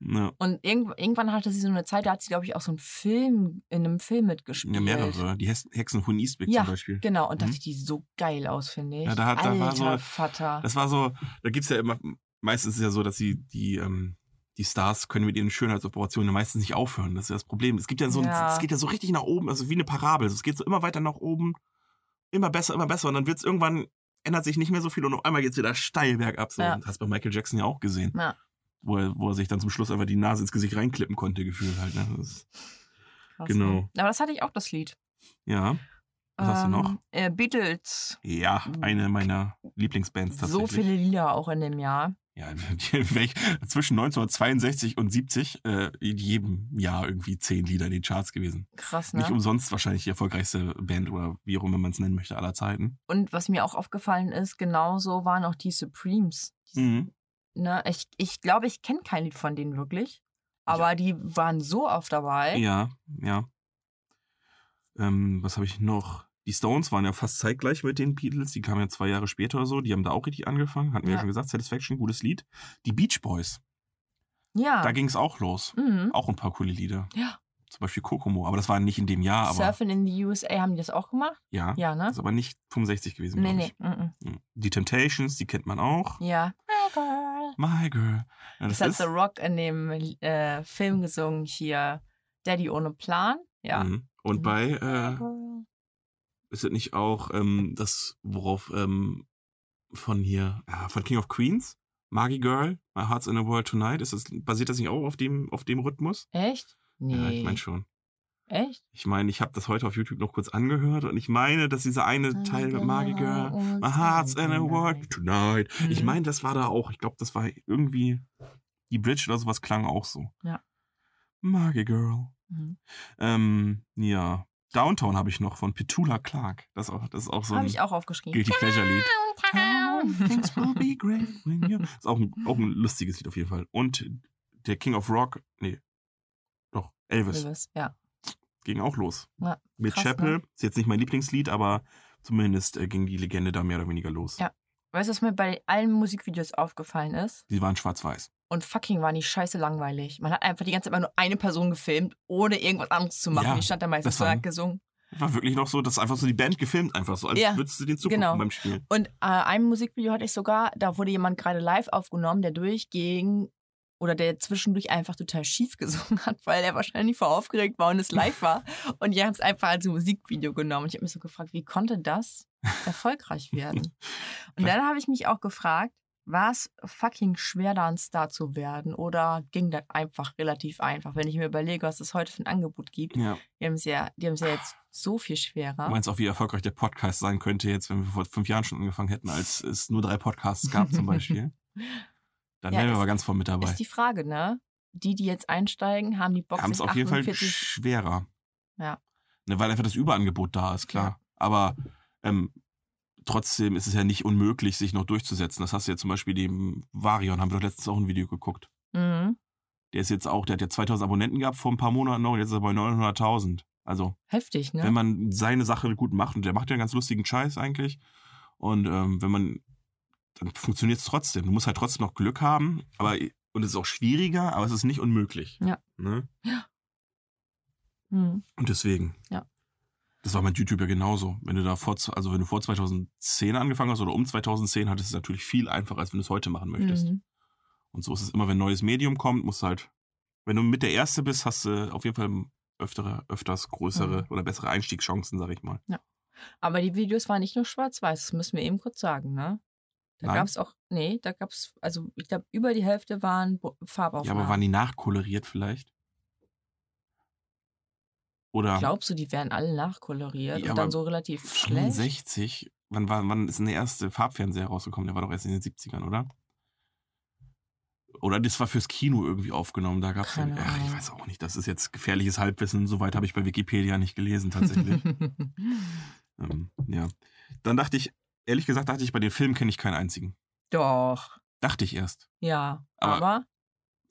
D: Ja,
E: Und irgend, irgendwann hatte sie so eine Zeit, da hat sie, glaube ich, auch so einen Film, in einem Film mitgespielt.
D: ja mehrere. Die Hex- Hexen von Eastwick
E: äh, Ja,
D: zum Beispiel.
E: Genau, und da
D: Mhm.
E: sieht die so geil aus, finde ich.
D: Ja, da hat- da
E: Alter,
D: war so-
E: Vater.
D: Das war so, da gibt's ja immer, meistens ist ja so, dass die, die, ähm, die Stars können mit ihren Schönheitsoperationen meistens nicht aufhören. Das ist ja das Problem. Es gibt ja so, ein-
E: Ja.
D: es geht ja so richtig nach oben, also wie eine Parabel. Es geht so immer weiter nach oben, immer besser, immer besser. Und dann wird's irgendwann, ändert sich nicht mehr so viel und auf einmal geht's wieder steil bergab. So.
E: Ja.
D: Das hast du bei Michael Jackson ja auch gesehen.
E: Ja.
D: Wo, er, wo er sich dann zum Schluss einfach die Nase ins Gesicht reinklippen konnte, gefühlt halt. Ne? Das ist,
E: Krass,
D: genau.
E: ne? Aber das hatte ich auch, das Lied.
D: ja. Was hast du noch?
E: Äh, Beatles.
D: Ja, eine meiner Lieblingsbands
E: Mhm. So
D: tatsächlich.
E: viele Lieder auch in dem Jahr.
D: Ja, die- welch- zwischen 1962 und 70 äh, in jedem Jahr irgendwie zehn Lieder in den Charts gewesen.
E: Krass, ne?
D: Nicht um umsonst wahrscheinlich die erfolgreichste Band oder wie auch immer man es nennen möchte aller Zeiten.
E: Und was mir auch aufgefallen ist, genauso waren auch die Supremes. Die,
D: Mhm.
E: ne? Ich glaube, ich, glaube, ich kenne kein Lied von denen wirklich. Aber die waren so oft dabei.
D: Ja, ja. Ähm, was habe ich noch? Die Stones waren ja fast zeitgleich mit den Beatles. Die kamen ja zwei Jahre später oder so. Die haben da auch richtig angefangen. Hatten wir ja,
E: Ja.
D: schon gesagt. Satisfaction, gutes Lied. Die Beach Boys.
E: Ja.
D: Da ging es auch los.
E: Ah. mhm.
D: Auch ein paar coole Lieder.
E: Ja.
D: Zum Beispiel Kokomo. Aber das war nicht in dem Jahr. Aber
E: Surfing in the USA, haben die das auch gemacht?
D: ja.
E: Ja, ne?
D: Ist aber nicht 65 gewesen.
E: Nee,
D: glaub ich.
E: nee. mhm.
D: Hm. Die Temptations, die kennt man auch.
E: Ja. My girl.
D: My Girl. Ja,
E: Das, hat The Rock in dem äh, Film gesungen hier. Daddy ohne Plan. Ja.
D: Mhm. Und
E: Mhm.
D: bei,
E: My
D: äh,
E: girl.
D: ist das nicht auch ähm, das, worauf ähm, von hier, ah, von King of Queens, Margie Girl, My Heart's in a World Tonight, ist das, basiert das nicht auch auf dem, auf dem Rhythmus?
E: Echt? Nee.
D: Ja, ich meine schon.
E: Echt?
D: Ich meine, ich habe das heute auf YouTube noch kurz angehört und ich meine, dass dieser
E: Ah,
D: eine Teil
E: genau.
D: mit Margie Girl, My Heart's in a World Tonight, ich
E: Mhm.
D: meine, das war da auch. Ich glaube, das war irgendwie, die Bridge oder sowas klang auch so.
E: Ja.
D: Margie Girl.
E: Mhm.
D: Ähm, ja. Downtown habe ich noch von Petula Clark. Das ist auch, das ist auch so
E: Habe
D: ein
E: ich auch aufgeschrieben.
D: Guilty Pleasure Lied.
E: Things
D: Things will be great when you. Ist auch ein, auch ein lustiges Lied auf jeden Fall. Und der King of Rock, nee, doch, Elvis,
E: Elvis, ja.
D: ging auch los.
E: Ja,
D: Mit
E: krass,
D: Chapel,
E: ne?
D: ist jetzt nicht mein Lieblingslied, aber zumindest äh, ging die Legende da mehr oder weniger los.
E: Ja. Weißt du, was mir bei allen Musikvideos aufgefallen ist?
D: Die waren schwarz-weiß.
E: Und fucking waren die scheiße langweilig. Man hat einfach die ganze Zeit mal nur eine Person gefilmt, ohne irgendwas anderes zu machen.
D: Ja,
E: die stand da meistens
D: das
E: und
D: war-
E: hat gesungen.
D: War wirklich noch so, dass einfach so die Band gefilmt, einfach so, als
E: Ja,
D: würdest du den zugucken
E: genau.
D: beim Spielen.
E: Und äh, ein Musikvideo hatte ich sogar, da wurde jemand gerade live aufgenommen, der durchging oder der zwischendurch einfach total schief gesungen hat, weil er wahrscheinlich vor aufgeregt war und es live war. Und die haben es einfach als Musikvideo genommen. Und ich habe mich so gefragt, wie konnte das erfolgreich werden? Und dann habe ich mich auch gefragt, war es fucking schwer, da ein Star zu werden? Oder ging das einfach relativ einfach? Wenn ich mir überlege, was es heute für ein Angebot gibt,
D: Ja.
E: die haben es ja, die haben es ja jetzt so viel schwerer.
D: Du meinst auch, wie erfolgreich der Podcast sein könnte jetzt, wenn wir vor fünf Jahren schon angefangen hätten, als es nur drei Podcasts gab zum Beispiel. Dann
E: Ja,
D: wären wir
E: ist-
D: aber ganz vorne mit dabei.
E: Ist die Frage, ne? Die, die jetzt einsteigen, haben die Bock
D: Haben es
E: sich
D: auf jeden Fall
E: 48
D: schwerer.
E: Ja.
D: Ne, weil einfach das Überangebot da ist, klar. Aber ähm, trotzdem ist es ja nicht unmöglich, sich noch durchzusetzen. Das hast du ja zum Beispiel dem Varion, haben wir doch letztens auch ein Video geguckt.
E: Mhm.
D: Der ist jetzt auch, der hat ja 2000 Abonnenten gehabt vor ein paar Monaten noch und jetzt ist er bei 900.000. Also
E: Heftig, ne?
D: wenn man seine Sache gut macht und der macht ja einen ganz lustigen Scheiß eigentlich. Und ähm, wenn man, dann funktioniert es trotzdem. Du musst halt trotzdem noch Glück haben, aber und es ist auch schwieriger, aber es ist nicht unmöglich.
E: Ja.
D: Ne?
E: mhm.
D: Und deswegen.
E: Ja.
D: Das war mit YouTube ja genauso. Wenn du da vor, also wenn du vor 2010 angefangen hast oder um 2010, hattest du es natürlich viel einfacher, als wenn du es heute machen möchtest.
E: Mhm.
D: Und so ist es immer, wenn ein neues Medium kommt, musst du halt, wenn du mit der Erste bist, hast du auf jeden Fall öftere, öfters größere
E: Mhm.
D: oder bessere Einstiegschancen, sag ich mal.
E: Aber die Videos waren nicht nur schwarz-weiß, das müssen wir eben kurz sagen, ne? Da
D: Nein.
E: gab es auch, nee, da gab es, also ich glaube, über die Hälfte waren Bo-
D: Ja,
E: Farbaufnahmen.
D: aber waren die nachkoloriert vielleicht? Oder
E: Glaubst du, die werden alle nachkoloriert
D: Ja,
E: und dann
D: aber
E: so relativ schlecht?
D: 65? Wann, war, wann ist denn der erste Farbfernseher rausgekommen? Der war doch erst in den 70ern, oder? Oder das war fürs Kino irgendwie aufgenommen. Da gab es.
E: Keine
D: Ach, ich
E: Ahnung.
D: weiß auch nicht. Das ist jetzt gefährliches Halbwissen. Soweit habe ich bei Wikipedia nicht gelesen, tatsächlich. ähm, ja. Dann dachte ich, ehrlich gesagt, dachte ich, bei den Filmen kenne ich keinen einzigen.
E: Doch,
D: Dachte ich erst.
E: ja.
D: Aber-
E: Aber,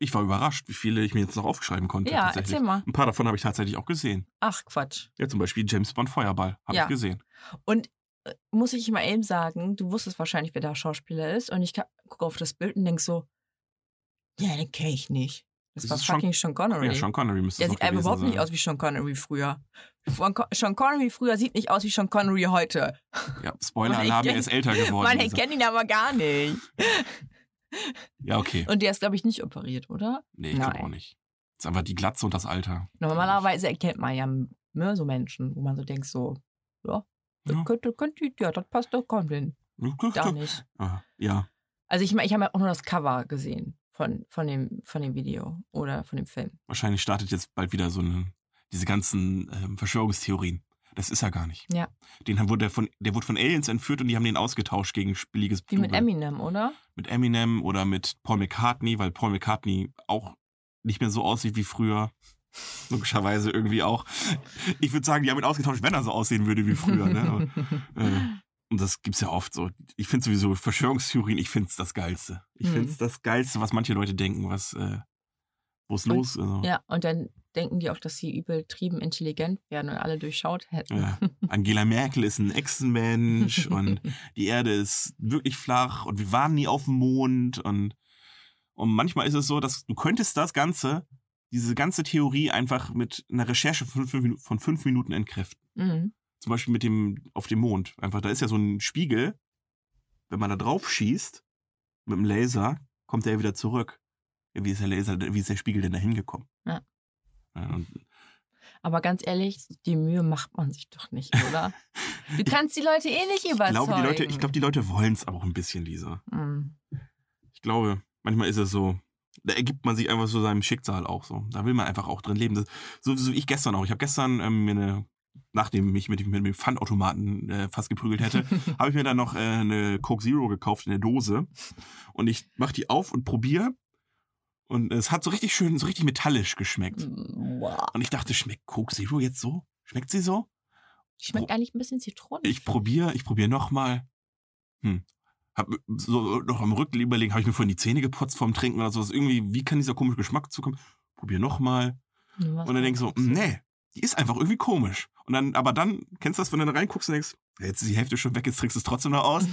D: Ich war überrascht, wie viele ich mir jetzt noch aufschreiben konnte.
E: ja,
D: tatsächlich.
E: erzähl mal.
D: Ein paar davon habe ich tatsächlich auch gesehen.
E: Ach, Quatsch.
D: Ja, zum Beispiel James Bond Feuerball habe
E: Ja.
D: ich gesehen.
E: Und äh, muss ich mal eben sagen, du wusstest wahrscheinlich, wer der Schauspieler ist. Und ich ka- gucke auf das Bild und denk so, ja, den kenne ich nicht. Das,
D: Das
E: war
D: ist Sean-
E: fucking Sean Connery.
D: Ja, Sean Connery müsste
E: der
D: es noch
E: sieht einfach
D: gewesen
E: überhaupt
D: sein.
E: nicht aus wie Sean Connery früher. Von Con- Sean Connery früher sieht nicht aus wie Sean Connery heute.
D: Ja, Spoiler-Alarm,
E: Man
D: er ist älter geworden.
E: Man
D: dieser-
E: erkennt ihn aber gar nicht.
D: ja, okay.
E: Und der ist, glaube ich, nicht operiert, oder?
D: Nee, ich glaube
E: Nein.
D: auch nicht. Es ist einfach die Glatze und das Alter.
E: Normalerweise erkennt man ja ne, so Menschen, wo man so denkt, so, ja, das
D: Ja.
E: könnte, könnte, ja, das passt doch, kommt hin. Da nicht.
D: Ah, Ja,
E: Also ich meine, ich habe ja auch nur das Cover gesehen von, von, dem, von dem Video oder von dem Film.
D: wahrscheinlich startet jetzt bald wieder so eine, diese ganzen ähm, Verschwörungstheorien. Das ist er gar nicht.
E: Ja.
D: Den haben, wurde der, von, der wurde von Aliens entführt und die haben den ausgetauscht gegen billiges
E: Wie mit
D: Blubber.
E: Eminem, oder?
D: Mit Eminem oder mit Paul McCartney, weil Paul McCartney auch nicht mehr so aussieht wie früher. Logischerweise irgendwie auch. Ich würde sagen, die haben ihn ausgetauscht, wenn er so aussehen würde wie früher. Ne? Aber Äh, und das gibt's ja oft so. Ich finde sowieso Verschwörungstheorien, ich finde es das Geilste. Ich
E: Hm.
D: finde es das Geilste, was manche Leute denken, was, äh, wo es
E: Und-
D: los ist. Also,
E: ja, und dann denken die auch, dass sie übertrieben intelligent werden und alle durchschaut hätten.
D: Ja. Äh, Angela Merkel ist ein Echsenmensch und die Erde ist wirklich flach und wir waren nie auf dem Mond und, und manchmal ist es so, dass du könntest das Ganze, diese ganze Theorie einfach mit einer Recherche von fünf, Minu- von fünf Minuten entkräften.
E: Mhm.
D: zum Beispiel mit dem auf dem Mond. Einfach, da ist ja so ein Spiegel. Wenn man da drauf schießt mit dem Laser, kommt der wieder zurück. Ja, Wie ist der Laser, wie ist der Spiegel denn da hingekommen?
E: Ja.
D: Ja, und
E: Aber ganz ehrlich, die Mühe macht man sich doch nicht, oder? Du kannst die Leute eh nicht
D: ich
E: überzeugen.
D: glaube, die Leute, ich glaube, die Leute wollen es aber auch ein bisschen, Lisa.
E: Mhm.
D: Ich glaube, manchmal ist es so, da ergibt man sich einfach so seinem Schicksal auch so. Da will man einfach auch drin leben. Das, so, so wie ich gestern auch. Ich habe gestern ähm, mir eine, nachdem ich mit, dem- mit dem Pfandautomaten äh, fast geprügelt hätte, habe ich mir dann noch äh, eine Coke Zero gekauft in der Dose. Und ich mache die auf und probiere. Und es hat so richtig schön, so richtig metallisch geschmeckt.
E: Mhm. Wow.
D: Und ich dachte, schmeckt Coke Zero jetzt so? Schmeckt sie so?
E: Die Schmeckt eigentlich ein bisschen zitronig.
D: Ich probiere, ich probiere nochmal. Hm. Hab so noch am Rücken überlegen, habe ich mir vorhin die Zähne geputzt vorm Trinken oder sowas. Irgendwie, wie kann dieser komische Geschmack zukommen? Probier nochmal.
E: Hm, Was
D: Und dann denkst du, ne? so, nee, die ist einfach irgendwie komisch. Und dann, aber dann, kennst du das, wenn du da reinguckst und denkst, ja, jetzt ist die Hälfte schon weg, jetzt trinkst du es trotzdem noch aus.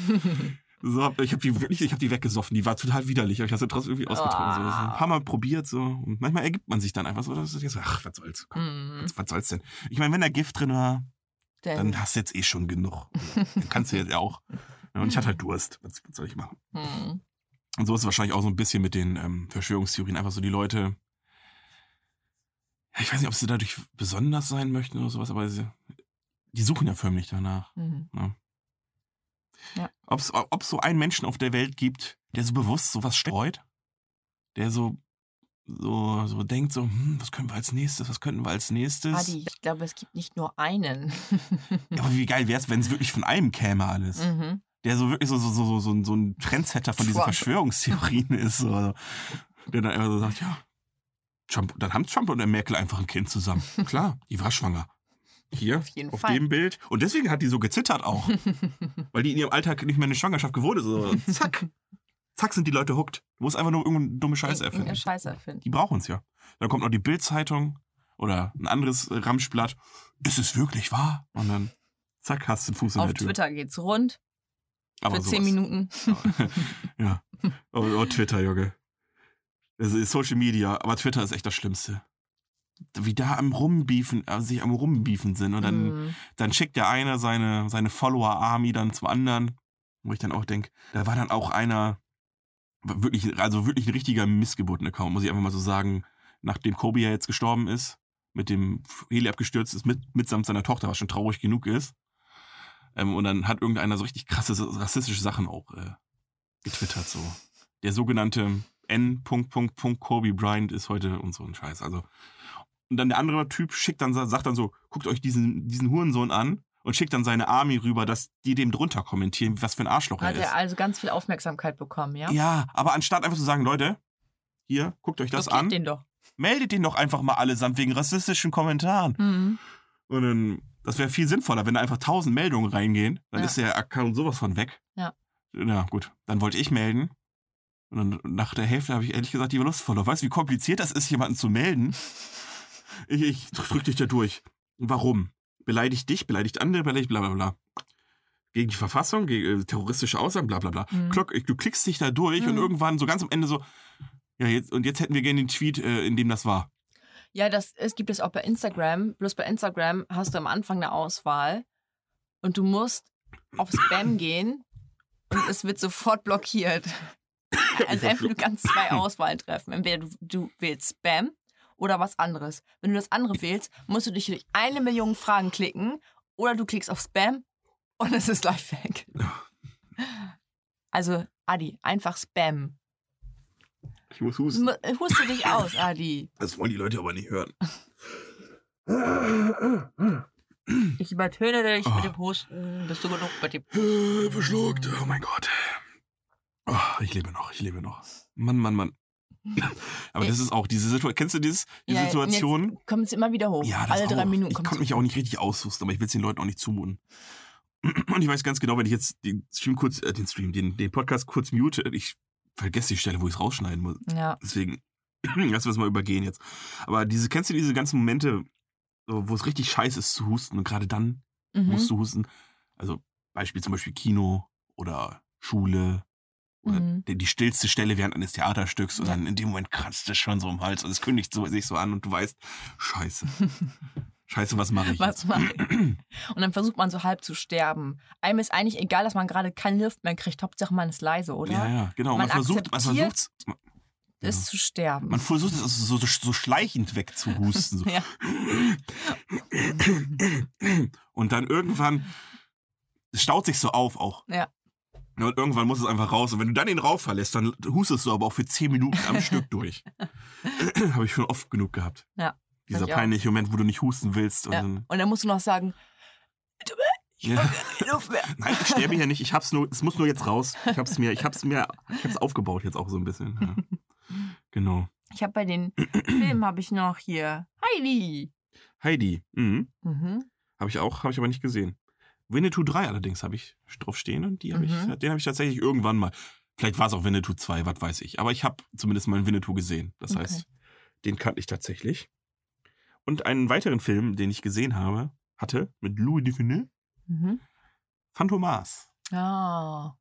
D: So, hab- ich habe die wirklich, ich habe die weggesoffen. Die war total widerlich, aber ich habe sie trotzdem irgendwie ausgetrunken. So, das
E: Ah.
D: ein paar Mal probiert so. Und manchmal ergibt man sich dann einfach so, dass du denkst, ach, was soll's. Komm,
E: Mhm.
D: was, was soll's denn? Ich meine, wenn da Gift drin war,
E: Ähm.
D: dann hast du jetzt eh schon genug. Dann kannst du jetzt ja auch. Ja, Und ich hatte halt Durst. Was was soll ich machen?
E: Mhm.
D: Und so ist es wahrscheinlich auch so ein bisschen mit den ähm, Verschwörungstheorien. Einfach so die Leute. Ja, ich weiß nicht, ob sie dadurch besonders sein möchten oder sowas, aber sie, die suchen ja förmlich danach.
E: Mhm.
D: Ob es ob es so einen Menschen auf der Welt gibt, der so bewusst sowas streut, der so, so, so denkt, so, hm, was können wir als nächstes, was könnten wir als nächstes.
E: Adi, ich glaube, es gibt nicht nur einen.
D: Ja, aber wie geil wäre es, wenn es wirklich von einem käme alles.
E: mhm.
D: der so wirklich so, so, so, so, so, ein- so ein Trendsetter von diesen
E: Trump.
D: Verschwörungstheorien ist. So. Also, Der dann immer so sagt, ja, Trump, dann haben Trump und der Merkel einfach ein Kind zusammen. Klar, die war schwanger. Hier, auf,
E: Auf jeden Fall.
D: dem Bild. Und deswegen hat die so gezittert auch. weil die in ihrem Alltag nicht mehr eine Schwangerschaft gewohnt ist. So, zack. Zack sind die Leute hooked. Du musst einfach nur irgendeine dumme Scheiße erfinden.
E: Irgendeine äh, Scheiße erfinden.
D: Die brauchen es ja. Dann kommt noch die Bild-Zeitung oder ein anderes äh, Ramschblatt. Ist es wirklich wahr? Und dann, zack, hast du den Fuß in
E: Auf
D: der Tür.
E: Twitter geht's rund
D: Aber
E: für zehn
D: sowas.
E: Minuten.
D: ja. Oh, oh, Twitter, Junge. Das ist Social Media, aber Twitter ist echt das Schlimmste. Wie da am Rumbiefen, äh, sich am Rumbiefen sind. Und dann,
E: Mhm.
D: dann schickt der eine seine, seine Follower-Army dann zum anderen. Wo ich dann auch denke, da war dann auch einer, wirklich, also wirklich ein richtiger Missgeburten-Account, muss ich einfach mal so sagen. Nachdem Kobe ja jetzt gestorben ist, mit dem Heli abgestürzt ist, mit, mitsamt seiner Tochter, was schon traurig genug ist. Ähm, und dann hat irgendeiner so richtig krasse rassistische Sachen auch äh, getwittert, so. Der sogenannte N. Punkt, Punkt, Punkt, Kobe Bryant ist heute und so ein Scheiß. Also. Und dann der andere Typ schickt dann, sagt dann so, guckt euch diesen, diesen Hurensohn an und schickt dann seine Army rüber, dass die dem drunter kommentieren, was für ein Arschloch
E: Hat
D: er ist.
E: er also ganz viel Aufmerksamkeit bekommen, ja?
D: Ja, aber anstatt einfach zu sagen, Leute, hier, guckt euch das
E: Blockiert
D: an,
E: den doch.
D: meldet den doch einfach mal allesamt wegen rassistischen Kommentaren.
E: Mhm.
D: Und dann, das wäre viel sinnvoller, wenn da einfach tausend Meldungen reingehen, dann
E: Ja.
D: ist der Account sowas von weg.
E: Ja.
D: Na gut, dann wollte ich melden. Und dann nach der Hälfte habe ich ehrlich gesagt die Lust verloren. Weißt du, wie kompliziert das ist, jemanden zu melden? Ich, ich drück dich da durch. Warum? Beleidigt dich, beleidigt andere, beleidigt bla bla bla. Gegen die Verfassung, gegen äh, terroristische Aussagen, bla bla bla.
E: Mhm.
D: Klock, ich- du klickst dich da durch und
E: Mhm.
D: irgendwann so ganz am Ende so, ja, jetzt, und jetzt hätten wir gerne den Tweet, äh, in dem das war.
E: Ja, das ist, gibt es auch bei Instagram. Bloß bei Instagram hast du am Anfang eine Auswahl und du musst auf Spam gehen und es wird sofort blockiert. Also entweder du kannst zwei Auswahlen treffen. Entweder du, du wählst Spam oder was anderes. Wenn du das andere wählst, musst du dich durch eine Million Fragen klicken oder du klickst auf Spam und es ist gleich weg. Also, Adi, einfach Spam.
D: Ich muss husten.
E: Mu- Huste dich aus, Adi.
D: Das wollen die Leute aber nicht hören.
E: Ich übertöne dich
D: Oh.
E: mit dem Husten. Bist du genug mit dem
D: Verschluckt. Oh mein Gott. Oh, ich lebe noch, ich lebe noch. Mann, Mann, Mann. Aber das ist auch diese Situation. Kennst du dieses, die
E: Äh. Ja,
D: Situation?
E: Kommen sie immer wieder hoch.
D: Ja, das
E: Alle drei
D: auch.
E: Minuten
D: Ich
E: kommt
D: konnte mich auch nicht richtig aushusten, aber ich will es den Leuten auch nicht zumuten. Und ich weiß ganz genau, wenn ich jetzt den Stream kurz, äh, den Stream, den, den Podcast kurz mute, ich vergesse die Stelle, wo ich es rausschneiden muss.
E: Ja.
D: Deswegen lassen wir es mal übergehen jetzt. Aber diese, kennst du diese ganzen Momente, so, wo es richtig scheiße ist zu husten und gerade dann
E: Mhm.
D: musst du husten. Also Beispiel zum Beispiel Kino oder Schule oder
E: Mhm.
D: die, die stillste Stelle während eines Theaterstücks und
E: Ja.
D: dann in dem Moment kratzt es schon so im Hals und es kündigt so, sich so an und du weißt, scheiße, scheiße, was mache ich
E: Was
D: jetzt?
E: mach ich? Und dann versucht man so halb zu sterben. Einem ist eigentlich egal, dass man gerade keine Luft mehr kriegt. Hauptsache man ist leise, oder?
D: Ja, ja, genau. Man,
E: Man
D: versucht, man Genau.
E: akzeptiert-
D: versucht,
E: Ist zu sterben.
D: man versucht es also so, so, so schleichend wegzuhusten. So.
E: Ja.
D: Und dann irgendwann, es staut sich so auf auch.
E: Ja.
D: Ja, Und irgendwann muss es einfach raus. Und wenn du dann den Rauf verlässt, dann hustest du aber auch für 10 Minuten am Stück durch. Habe ich schon oft genug gehabt.
E: Ja,
D: Dieser
E: ich auch.
D: peinliche Moment, wo du nicht husten willst. Und
E: ja.
D: dann,
E: Und dann musst du noch sagen,
D: ja.
E: keine Luft mehr.
D: Nein, ich sterbe hier nicht. Ich hab's nur, es muss nur jetzt raus. Ich hab's mir, ich hab's mir, ich hab's aufgebaut jetzt auch so ein bisschen. Ja. Genau.
E: Ich habe bei den Filmen habe ich noch hier Heidi.
D: Heidi. Mhm.
E: Mhm.
D: Habe ich auch, habe ich aber nicht gesehen. Winnetou 3 allerdings habe ich drauf stehen und die hab
E: Mhm.
D: ich, den habe ich tatsächlich irgendwann mal. Vielleicht war es auch Winnetou 2, was weiß ich. Aber ich habe zumindest mal einen Winnetou gesehen. Das
E: Okay.
D: heißt, den kannte ich tatsächlich. Und einen weiteren Film, den ich gesehen habe, hatte mit Louis Dufiné,
E: Mhm.
D: Phantomas.
E: Ah.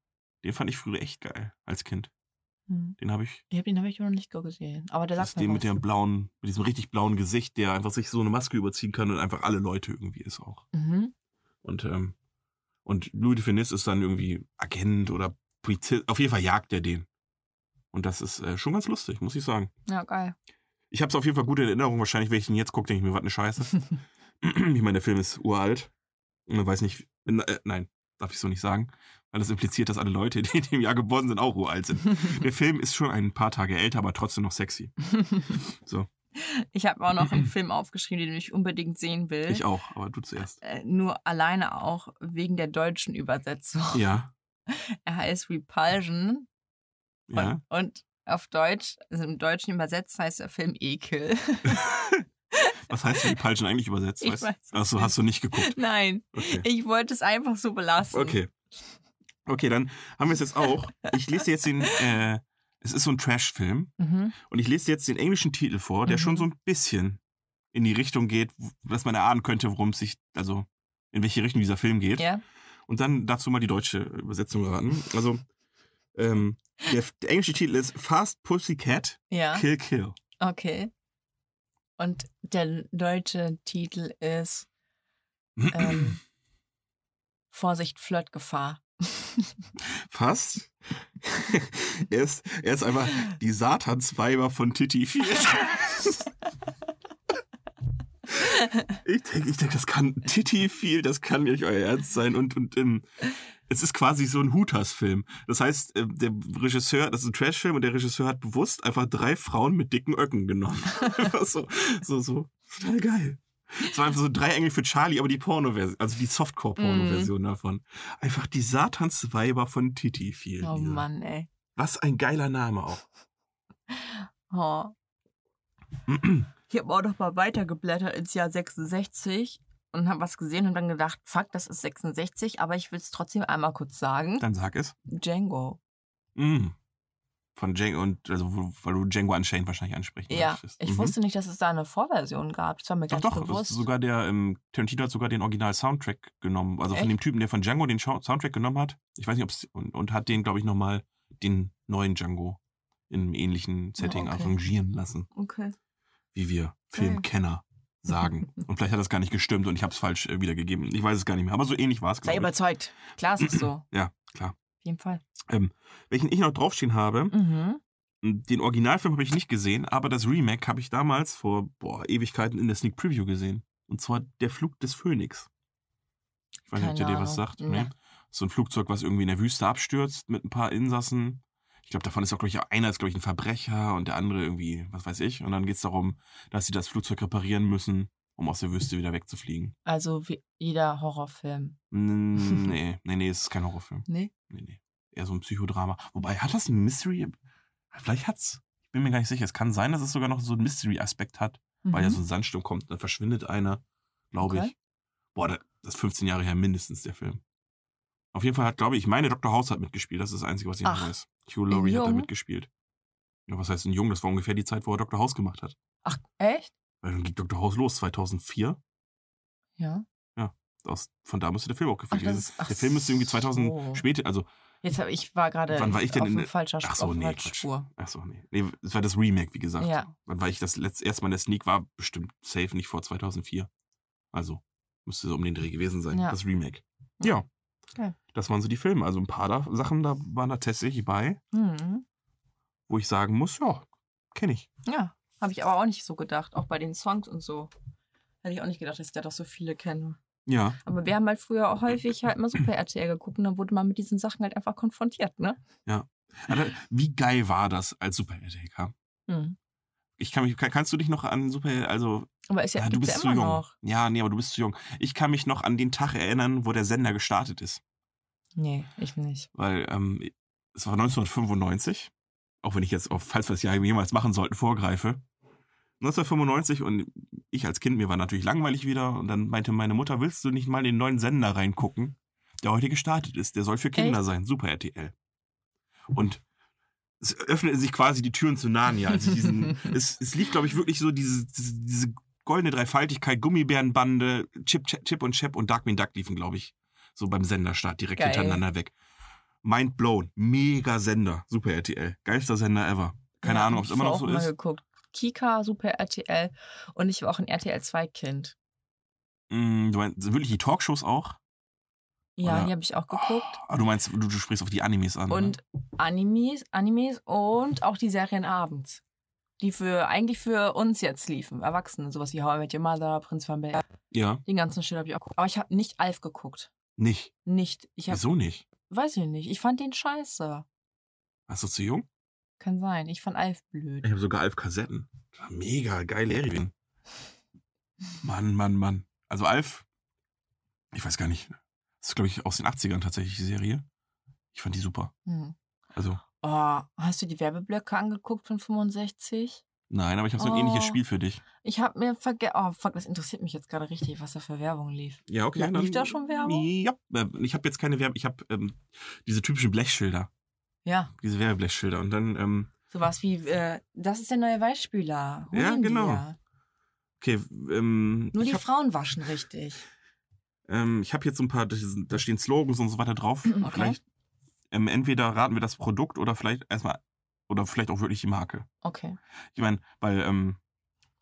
D: Den fand ich früher echt geil als Kind.
E: Mhm.
D: Den habe ich.
E: Ich hab, den habe ich noch nicht gesehen. Aber der
D: Das
E: sagt
D: ist den
E: mir
D: mit
E: was.
D: dem blauen, mit diesem richtig blauen Gesicht, der einfach sich so eine Maske überziehen kann und einfach alle Leute irgendwie ist auch.
E: Mhm.
D: Und, ähm, und Louis de Finis ist dann irgendwie Agent oder Polizist. Auf jeden Fall jagt er den. Und das ist äh, schon ganz lustig, muss ich sagen.
E: Ja, geil.
D: Ich habe es auf jeden Fall gut in Erinnerung. Wahrscheinlich, wenn ich ihn jetzt gucke, denke ich mir, was eine Scheiße. ich meine, der Film ist uralt. Und Man weiß nicht, äh, nein, darf ich so nicht sagen. Weil das impliziert, dass alle Leute, die in dem Jahr geboren sind, auch uralt sind. Der Film ist schon ein paar Tage älter, aber trotzdem noch sexy. So.
E: Ich habe auch noch einen Film aufgeschrieben, den ich unbedingt sehen will.
D: Ich auch, aber du zuerst.
E: Äh, Nur alleine auch wegen der deutschen Übersetzung.
D: Ja.
E: Er heißt Repulsion
D: Ja.
E: und, und auf Deutsch, also im Deutschen übersetzt heißt der Film Ekel.
D: Was heißt die Palschen eigentlich übersetzt?
E: Ich
D: weißt
E: weiß es
D: du? Achso,
E: nicht.
D: hast du nicht geguckt.
E: Nein,
D: Okay.
E: ich wollte es einfach so belassen.
D: Okay. Okay, dann haben wir es jetzt auch. Ich lese dir jetzt den. Äh, es ist so ein Trash-Film.
E: Mhm.
D: Und ich lese dir jetzt den englischen Titel vor, der
E: Mhm.
D: schon so ein bisschen in die Richtung geht, w- dass man erahnen könnte, worum es sich. Also, in welche Richtung dieser Film geht.
E: Ja.
D: Und dann darfst du mal die deutsche Übersetzung raten. Also, ähm, der, der englische Titel ist Fast Pussycat
E: Ja.
D: Kill Kill.
E: Okay. Und der deutsche Titel ist ähm, Vorsicht, Flirtgefahr.
D: zusammengefasst. er, ist, er ist einfach die Satansweiber von Titi 4. ich denke, ich denk, das kann Titi viel, das kann nicht euer Ernst sein. Und, und ähm, es ist quasi so ein Hutas-Film. Das heißt, äh, der Regisseur, das ist ein Trash-Film und der Regisseur hat bewusst einfach drei Frauen mit dicken Öcken genommen. einfach so, so, so. Total geil. Es war einfach so drei Engel für Charlie, aber die Porno-Version, also die Softcore-Porno-Version davon. Einfach die Satansweiber von Titi viel.
E: Oh
D: Lisa.
E: Mann, ey.
D: Was ein geiler Name auch.
E: Oh. Ich habe auch noch mal weitergeblättert ins Jahr 66 und habe was gesehen und dann gedacht, fuck, das ist 66, aber ich will es trotzdem einmal kurz sagen.
D: Dann sag es.
E: Django.
D: Mm. Von Django und, also, wo- weil du Django Unchained wahrscheinlich ansprechen
E: Ja,
D: möchtest.
E: ich
D: Mhm.
E: wusste nicht, dass es da eine Vorversion gab. Das war mir
D: Doch,
E: ganz
D: doch, das
E: bewusst.
D: ist sogar der, ähm, Tarantino hat sogar den Original-Soundtrack genommen. Also von
E: Echt?
D: dem Typen, der von Django den Schau- Soundtrack genommen hat. Ich weiß nicht, ob es. Und, und hat den, glaube ich, nochmal den neuen Django in einem ähnlichen Setting
E: Oh, okay.
D: arrangieren lassen,
E: okay.
D: wie wir
E: Geil.
D: Filmkenner sagen. und vielleicht hat das gar nicht gestimmt und ich habe es falsch äh, wiedergegeben. Ich weiß es gar nicht mehr. Aber so ähnlich war es,
E: Sei
D: glaube ich.
E: überzeugt. Klar ist es so. Auf
D: Ja, klar.
E: jeden Fall.
D: Ähm, Welchen ich noch draufstehen habe,
E: Mhm.
D: Den Originalfilm habe ich nicht gesehen, aber das Remake habe ich damals vor boah, Ewigkeiten in der Sneak Preview gesehen. Und zwar Der Flug des Phönix. Ich weiß nicht, ob der
E: Keine
D: dir was
E: Ahnung.
D: sagt.
E: Nee.
D: Nee. So ein Flugzeug, was irgendwie in der Wüste abstürzt mit ein paar Insassen. Ich glaube, davon ist auch, glaube ich, einer ist, glaube ich, ein Verbrecher und der andere irgendwie, was weiß ich. Und dann geht es darum, dass sie das Flugzeug reparieren müssen, um aus der Wüste wieder wegzufliegen.
E: Also wie jeder Horrorfilm.
D: Mm, Nee, nee, nee, es ist kein Horrorfilm.
E: Nee?
D: Nee, nee. Eher so ein Psychodrama. Wobei, hat das ein Mystery? Vielleicht hat's. Ich bin mir gar nicht sicher. Es kann sein, dass es sogar noch so einen Mystery-Aspekt hat, weil ja so ein Sandsturm kommt, dann verschwindet einer, glaube
E: Mhm. Okay.
D: ich. Boah, da- das ist 15 Jahre her mindestens der Film. Auf jeden Fall hat, glaube ich, meine Dr. House hat mitgespielt. Das ist das Einzige, was ich noch
E: Ach,
D: weiß. Hugh Laurie hat da
E: Jung?
D: mitgespielt. Ja, was heißt denn jung? Das war ungefähr die Zeit, wo er Dr. House gemacht hat.
E: Ach, echt?
D: Weil dann ging Dr. House los, 2004.
E: Ja.
D: Aus, von da müsste der Film auch gefühlt
E: Ach, das
D: gewesen
E: ist-
D: sein.
E: ach
D: Der Film müsste irgendwie 2000
E: so.
D: später, also
E: Jetzt hab, ich war gerade
D: Wann war ich denn
E: auf
D: in
E: dem
D: der-
E: falscher
D: Ach
E: Ach
D: so,
E: auf
D: nee,
E: nee,
D: Quatsch.
E: Spur.
D: Achso, nee. Nee, es war das Remake, wie gesagt.
E: Ja.
D: Wann war ich das letzte erste Mal in der Sneak? War bestimmt safe nicht vor 2004. Also müsste so um den Dreh gewesen sein.
E: Ja.
D: Das Remake. Ja.
E: Geil.
D: Das waren so die Filme. Also ein paar da Sachen, da waren da tatsächlich bei,
E: Mhm.
D: wo ich sagen muss, ja, kenne ich.
E: Ja, habe ich aber auch nicht so gedacht, auch bei den Songs und so. Hätte ich auch nicht gedacht, dass ich da doch so viele kenne.
D: Ja.
E: Aber wir haben halt früher auch häufig halt mal Super RTL geguckt und dann wurde man mit diesen Sachen halt einfach konfrontiert, ne?
D: Aber wie geil war das als Super RTL kam?
E: Mhm. Ich
D: Ich kann mich, kann- kannst du dich noch an Super, also
E: aber ist ja,
D: ja, du
E: gibt's
D: bist
E: ja
D: zu
E: immer
D: jung.
E: noch.
D: Ja, nee, aber du bist zu jung. Ich kann mich noch an den Tag erinnern, wo der Sender gestartet ist.
E: Nee, ich nicht.
D: weil ähm, es war 1995, auch wenn ich jetzt, auf, falls wir es ja jemals machen sollten, vorgreife. 1995 und ich als Kind, mir war natürlich langweilig wieder und dann meinte meine Mutter, willst du nicht mal in den neuen Sender reingucken, der heute gestartet ist? Der soll für Kinder sein, Super RTL. Und es öffnete sich quasi die Türen zu Narnia. Als ich diesen, es, es lief, glaube ich, wirklich so diese, diese, diese goldene Dreifaltigkeit, Gummibärenbande, Chip, Chip, Chip und Chap und Darkwing Duck liefen, glaube ich, so beim Senderstart direkt
E: Geil.
D: hintereinander weg. Mind blown. Mega Sender. Super RTL. Geilster Sender ever. Keine
E: ja,
D: Ahnung, ob es
E: ich
D: immer
E: hab
D: noch so
E: auch mal
D: ist.
E: geguckt. Kika, Super RTL und ich war auch ein RTL 2 Kind.
D: Mm, du meinst wirklich die Talkshows auch?
E: Ja,
D: Oder-
E: die habe ich auch geguckt.
D: Ah, du meinst, du, du sprichst auf die Animes an. ne?
E: Und Animes, Animes und auch die Serien abends. Die für eigentlich für uns jetzt liefen. Erwachsene, sowas wie How I Met Your Mother, Prinz von Bel.
D: ne? Ja.
E: Den ganzen Shit habe ich auch geguckt. Aber ich habe nicht Alf geguckt.
D: Nicht.
E: Nicht. Ich habe,
D: Wieso nicht?
E: weiß ich nicht. Ich fand den scheiße.
D: Warst du zu jung?
E: Kann sein. Ich fand Alf blöd.
D: Ich habe sogar Alf Kassetten. Das war Mega geil, Erwin. Mann, Mann, Mann. Also Alf, ich weiß gar nicht. Das ist, glaube ich, aus den 80ern tatsächlich die Serie. Ich fand die super.
E: Hm.
D: Also,
E: Oh, hast du die Werbeblöcke angeguckt von 65?
D: nein, aber ich habe so ein
E: Oh.
D: ähnliches Spiel für dich.
E: Ich habe mir vergessen. Oh, fuck, das interessiert mich jetzt gerade richtig, was da für Werbung lief.
D: Ja, okay.
E: Lief da schon Werbung?
D: Ja, äh, ich habe jetzt keine Werbung. Ich habe ähm, diese typischen Blechschilder,
E: Ja,
D: diese Werbeblechschilder. Und dann, ähm,
E: sowas wie, äh, das ist der neue Weichspüler. Hol
D: Ja,
E: ihn
D: genau.
E: dir.
D: okay, ähm,
E: Nur
D: ich
E: die
D: habe
E: Frauen waschen richtig.
D: ähm, ich hab jetzt so ein paar, das sind- da stehen Slogans und so weiter drauf.
E: Okay.
D: Vielleicht, ähm, entweder raten wir das Produkt oder vielleicht erstmal, oder vielleicht auch wirklich die Marke.
E: Okay,
D: Ich meine, weil, ähm,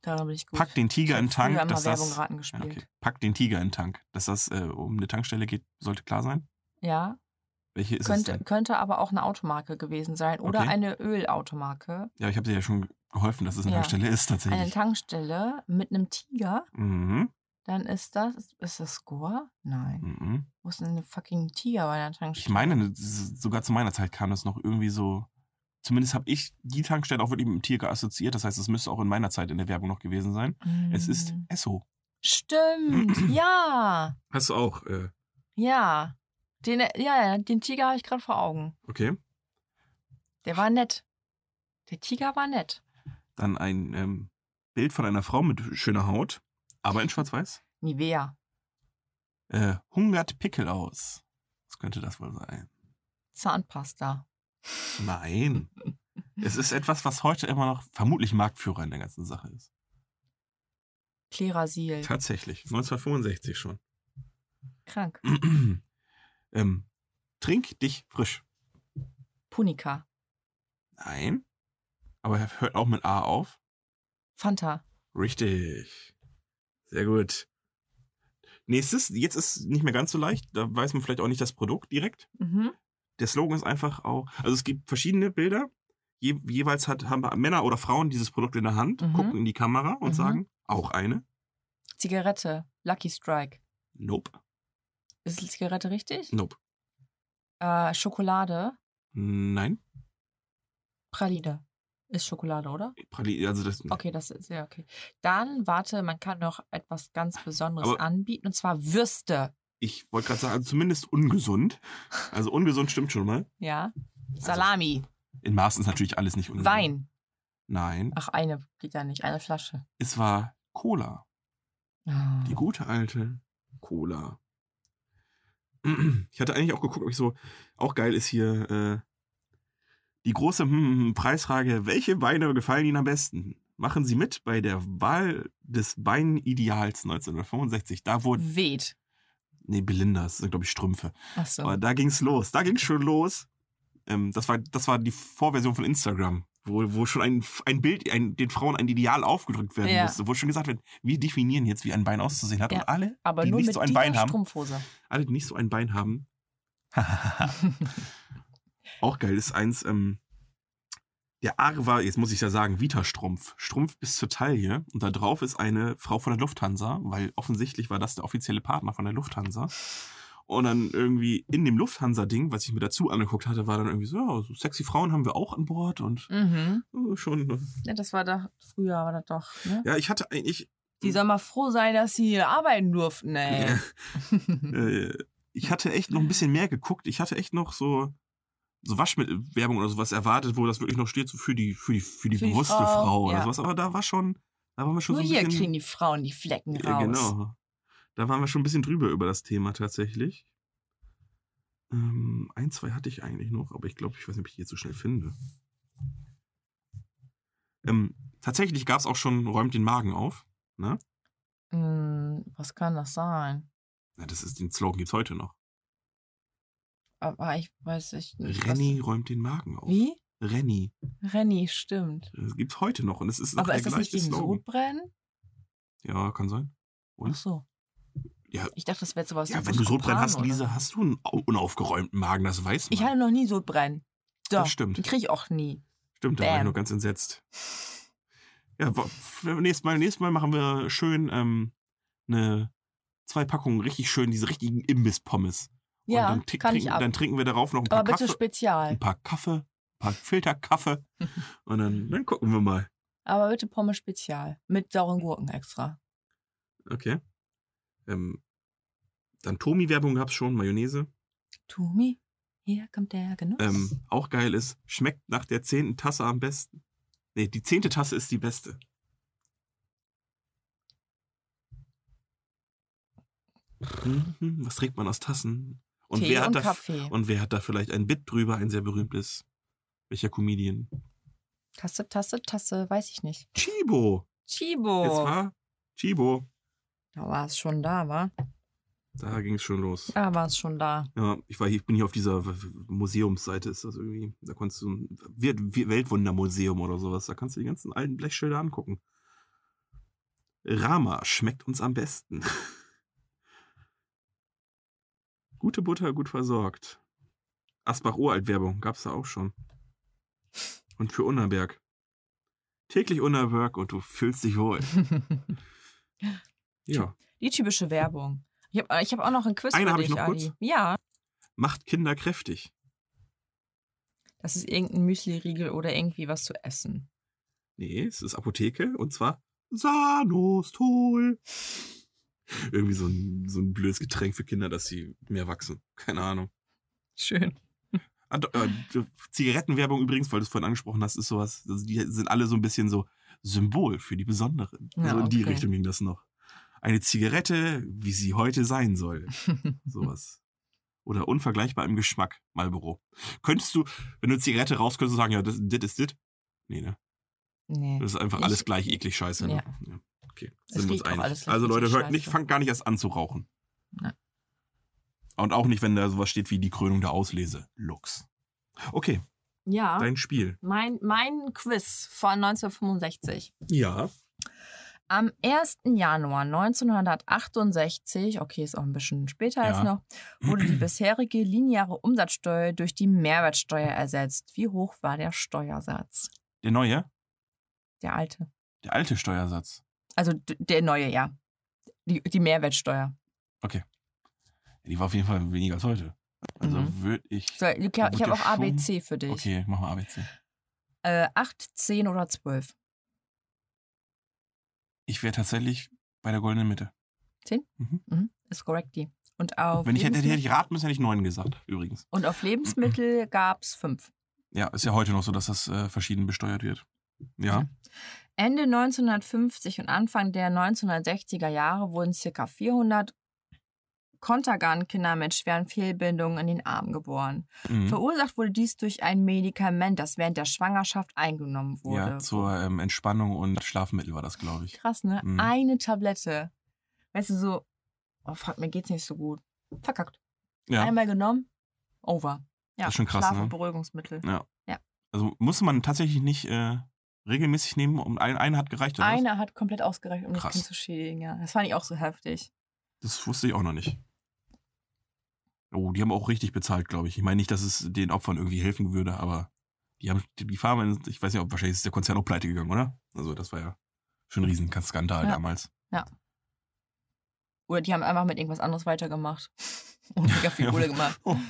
E: daran bin ich gut.
D: pack den
E: Ich
D: Tiger
E: hab
D: in den Tank,
E: früher immer
D: dass
E: Werbung
D: das,
E: raten
D: ja,
E: gespielt.
D: okay, pack den Tiger in den Tank, dass das äh, um eine Tankstelle geht, sollte klar sein.
E: Ja,
D: Welche ist es
E: Könnte,
D: denn?
E: könnte aber auch eine Automarke gewesen sein oder
D: Okay.
E: eine Ölautomarke.
D: Ja, ich habe dir ja schon geholfen, dass es eine
E: Ja.
D: Tankstelle ist
E: Eine
D: tatsächlich.
E: Tankstelle mit einem Tiger.
D: mhm.
E: Dann ist das. Ist das Score? Nein.
D: Mhm.
E: Wo ist denn ein fucking Tiger bei einer
D: Ich
E: Tankstelle?
D: meine, ne, s- sogar zu meiner Zeit kam das noch irgendwie so. Zumindest habe ich die Tankstelle auch wirklich mit dem Tier assoziiert. Das heißt, es müsste auch in meiner Zeit in der Werbung noch gewesen sein. ne, Es ist
E: Mm.
D: Esso.
E: Stimmt, ja.
D: Hast du auch. äh,
E: Ja. Den, ja, ja, den Tiger habe ich gerade vor Augen.
D: okay.
E: Der war nett. Der Tiger war nett.
D: Dann ein ähm, Bild von einer Frau mit schöner Haut, aber in Schwarz-Weiß.
E: Nivea.
D: Äh, hungert Pickel aus. Was könnte das wohl sein?
E: Zahnpasta.
D: Nein. es ist etwas, was heute immer noch vermutlich Marktführer in der ganzen Sache ist.
E: Klerasil.
D: Tatsächlich. 1965 schon.
E: Krank.
D: ähm, trink dich frisch.
E: Punika.
D: Nein. Aber hört auch mit A auf.
E: Fanta.
D: Richtig. Sehr gut. Nächstes, jetzt ist nicht mehr ganz so leicht. Da weiß man vielleicht auch nicht das Produkt direkt.
E: Mhm.
D: der Slogan ist einfach auch, also es gibt verschiedene Bilder. Je, jeweils hat, haben Männer oder Frauen dieses Produkt in der Hand,
E: Mhm.
D: gucken in die Kamera und
E: Mhm.
D: sagen, auch eine.
E: Zigarette. Lucky Strike.
D: Nope.
E: Ist die Zigarette richtig?
D: Nope.
E: Äh, Schokolade.
D: Nein.
E: Praline. Ist Schokolade, oder?
D: Prali- Also das,
E: Okay, das ist ja okay. Dann warte, man kann noch etwas ganz Besonderes
D: Aber-
E: anbieten und zwar Würste.
D: Ich wollte gerade sagen, also zumindest ungesund. Also ungesund stimmt schon mal.
E: Ja. Salami.
D: In Maßen ist natürlich alles nicht ungesund.
E: Wein.
D: Nein.
E: Ach, eine geht ja nicht. Eine Flasche.
D: Es war Cola.
E: Ah.
D: Die gute alte Cola. Ich hatte eigentlich auch geguckt, ob ich so, auch geil ist hier äh, die große hm, hm, hm, Preisfrage, welche Weine gefallen Ihnen am besten? Machen Sie mit bei der Wahl des Weinideals 1965. Da wurden,
E: Weht.
D: nee, Belinda, das sind glaube ich Strümpfe.
E: Ach so.
D: Aber da ging's los, da ging's schon los. Ähm, das, war, das war die Vorversion von Instagram, wo, wo schon ein, ein Bild, ein, den Frauen ein Ideal aufgedrückt werden
E: Ja.
D: musste, wo schon gesagt wird, wir definieren jetzt, wie ein Bein auszusehen hat.
E: Ja.
D: Und alle
E: Aber
D: die
E: nur
D: nicht
E: mit
D: so ein
E: dieser
D: Bein haben.
E: Strumpfhose.
D: alle, die nicht so ein Bein haben. Auch geil ist eins, ähm, der Aare war, jetzt muss ich ja sagen, Vita-Strumpf. Strumpf bis zur Taille. Und da drauf ist eine Frau von der Lufthansa, weil offensichtlich war das der offizielle Partner von der Lufthansa. Und dann irgendwie in dem Lufthansa-Ding, was ich mir dazu angeguckt hatte, war dann irgendwie so, ja, so sexy Frauen haben wir auch an Bord und
E: mhm.
D: äh, schon.
E: ja, das war doch, früher war das doch, ne?
D: Ja, ich hatte eigentlich,
E: Die soll mal froh sein, dass sie hier arbeiten durften, ey.
D: äh, ich hatte echt noch ein bisschen mehr geguckt. Ich hatte echt noch so, so Waschmittelwerbung oder sowas erwartet, wo das wirklich noch steht, so für die, für die, für die
E: Für die
D: bewusste Frau,
E: Frau,
D: oder
E: ja.
D: sowas. Aber da war schon, da waren wir schon
E: Nur
D: so
E: hier
D: ein
E: kriegen
D: bisschen.
E: die Frauen die Flecken raus.
D: Ja, genau. Da waren wir schon ein bisschen drüber über das Thema tatsächlich. Ähm, ein, zwei hatte ich eigentlich noch, aber ich glaube, ich weiß nicht, ob ich die jetzt so schnell finde. Ähm, tatsächlich gab es auch schon Räumt den Magen auf.
E: Hm, was kann das sein?
D: Ja, das ist, den Slogan gibt es heute noch.
E: Aber ich weiß ich nicht. Hm, was-
D: Renny räumt den Magen auf.
E: Wie?
D: Renny.
E: Renny, stimmt.
D: Das gibt es heute noch und es ist auch
E: Aber
D: der
E: ist das nicht
D: gleiche
E: gegen
D: Slogan.
E: Sodbrennen?
D: Ja, kann sein. Und?
E: Ach so.
D: Ja.
E: Ich dachte, das wäre sowas.
D: ja,
E: wie
D: wenn du Sodbrennen
E: Kopan
D: hast,
E: oder so.
D: Lisa, hast du einen au- unaufgeräumten Magen, das weiß man.
E: Ich hatte noch nie Sodbrennen. Doch,
D: Das stimmt.
E: Den kriege ich auch nie.
D: Stimmt, da war ich
E: Bam.
D: nur ganz entsetzt. Ja, wo- nächstes Mal, nächstes Mal machen wir schön ähm, eine, zwei Packungen richtig schön, diese richtigen Imbiss-Pommes. Und
E: Ja,
D: dann tri-
E: kann ich
D: trinken,
E: ab.
D: Dann trinken wir darauf noch ein paar
E: Aber bitte
D: Kaffee,
E: spezial.
D: ein paar Kaffee, ein paar Filterkaffee und dann, dann gucken wir mal.
E: Aber bitte Pommes spezial. Mit sauren Gurken extra.
D: Okay. Ähm, dann Tomi-Werbung gab es schon, Mayonnaise.
E: Tumi, hier kommt der Genuss.
D: ähm, auch geil ist, schmeckt nach der zehnten Tasse am besten. Nee, die zehnte Tasse ist die beste. Mhm, Was trinkt man aus Tassen? Und
E: Tee
D: wer, hat
E: und
D: da,
E: Kaffee.
D: und wer hat da vielleicht ein Bit drüber, ein sehr berühmtes? Welcher Comedian?
E: Tasse, Tasse, Tasse, weiß ich nicht.
D: Chibo! Jetzt
E: Chibo.
D: war Chibo.
E: Da war es schon da, war?
D: Da ging es schon los.
E: Da war es schon da.
D: Ja, ich, war, hier- ich bin hier auf dieser W- W- Museumsseite, ist das irgendwie. Da konntest du ein Wir- Wir- Weltwundermuseum oder sowas. Da kannst du die ganzen alten Blechschilder angucken. Rama schmeckt uns am besten. Gute Butter, gut versorgt. Asbach-Uralt-Werbung gab's da auch schon. Und für Unnerberg. Täglich Unnerberg und du fühlst dich wohl. Ja.
F: Die typische Werbung. Ich habe ich hab auch noch ein Quiz
D: Eine
F: für
D: habe ich
F: dich,
D: noch
F: Adi.
D: kurz.
F: Ja,
D: Macht Kinder kräftig.
F: das ist irgendein Müsli-Riegel oder irgendwie was zu essen.
D: Nee, es ist Apotheke und zwar Sanostol. Irgendwie so ein, so ein blödes Getränk für Kinder, dass sie mehr wachsen. Keine Ahnung.
F: Schön.
D: Ah, do- äh, d- Zigarettenwerbung übrigens, weil du es vorhin angesprochen hast, ist sowas. Also die sind alle so ein bisschen so Symbol für die Besonderen.
F: Ja,
D: so in die
F: okay.
D: Richtung ging das noch. Eine Zigarette, wie sie heute sein soll. Sowas. Oder unvergleichbar im Geschmack, Marlboro. Könntest du, wenn du Zigarette raus könntest, du sagen, ja, das dit ist dit? Nee, ne?
F: Nee.
D: Das ist einfach
F: Ich-
D: alles gleich eklig scheiße. Ne?
F: Ja.
D: Ja. Okay,
F: Es
D: sind wir uns
F: riecht auch
D: einig.
F: alles gleich
D: also Leute,
F: eklig
D: hört nicht,
F: scheiße.
D: fangt gar nicht erst an zu rauchen.
F: Nein.
D: Und auch nicht, wenn da sowas steht wie die Krönung der Auslese. Lux. Okay,
E: Ja,
D: dein Spiel.
E: mein, mein Quiz von 1965.
D: Ja.
E: Am 1. Januar 1968, okay, ist auch ein bisschen später
D: Ja.
E: als noch, wurde die bisherige lineare Umsatzsteuer durch die Mehrwertsteuer ersetzt. Wie hoch war der Steuersatz?
D: Der neue,
E: Der alte.
D: der alte Steuersatz.
E: Also d- der neue, ja. Die, die Mehrwertsteuer.
D: Die war auf jeden Fall weniger als heute. Also
E: Mhm.
D: würde ich.
E: So, ich hab- ich habe auch
D: Schon-
E: ABC für dich.
D: Okay, mach mal ABC.
E: Äh, 8, 10 oder 12.
D: Ich wäre tatsächlich bei der goldenen Mitte.
E: Mhm, ist korrekt die. Und auf,
D: Wenn ich hätte, hätte
E: Lebensmittel,
D: ich raten müssen, hätte ich neun gesagt, übrigens.
E: und auf Lebensmittel gab es 5.
D: Ja, ist ja heute noch so, dass das äh, verschieden besteuert wird. Ja.
E: Ende 1950 und Anfang der 1960er Jahre wurden ca. 400 Kontergan-Kinder mit schweren Fehlbildungen in den Armen geboren.
D: Mhm.
E: Verursacht wurde dies durch ein Medikament, das während der Schwangerschaft eingenommen wurde.
D: Ja, zur ähm, Entspannung und Schlafmittel war das, glaube ich.
E: Krass, ne?
D: Mhm.
E: Eine Tablette. Weißt du, so, oh fuck, mir geht's nicht so gut. Verkackt.
D: Ja.
E: Einmal genommen, over. Ja,
D: Das ist schon krass,
E: Schlaf-
D: ne?
E: und Beruhigungsmittel.
D: Also musste man tatsächlich nicht äh, regelmäßig nehmen, um ein, eine hat gereicht, oder? was?
E: Einer hat komplett ausgereicht, um
D: Krass.
E: das Kind zu schädigen. Ja. Das fand ich auch so heftig.
D: Das wusste ich auch noch nicht. Oh, die haben auch richtig bezahlt, glaube ich. Ich meine nicht, dass es den Opfern irgendwie helfen würde, aber die haben die Pharma, ich weiß nicht, ob wahrscheinlich ist der Konzern auch pleite gegangen, oder? Also das war ja schon ein riesen Skandal
E: Ja.
D: damals.
E: Oder die haben einfach mit irgendwas anderes weitergemacht. Und mega viel Kohle gemacht.
D: Oh, wer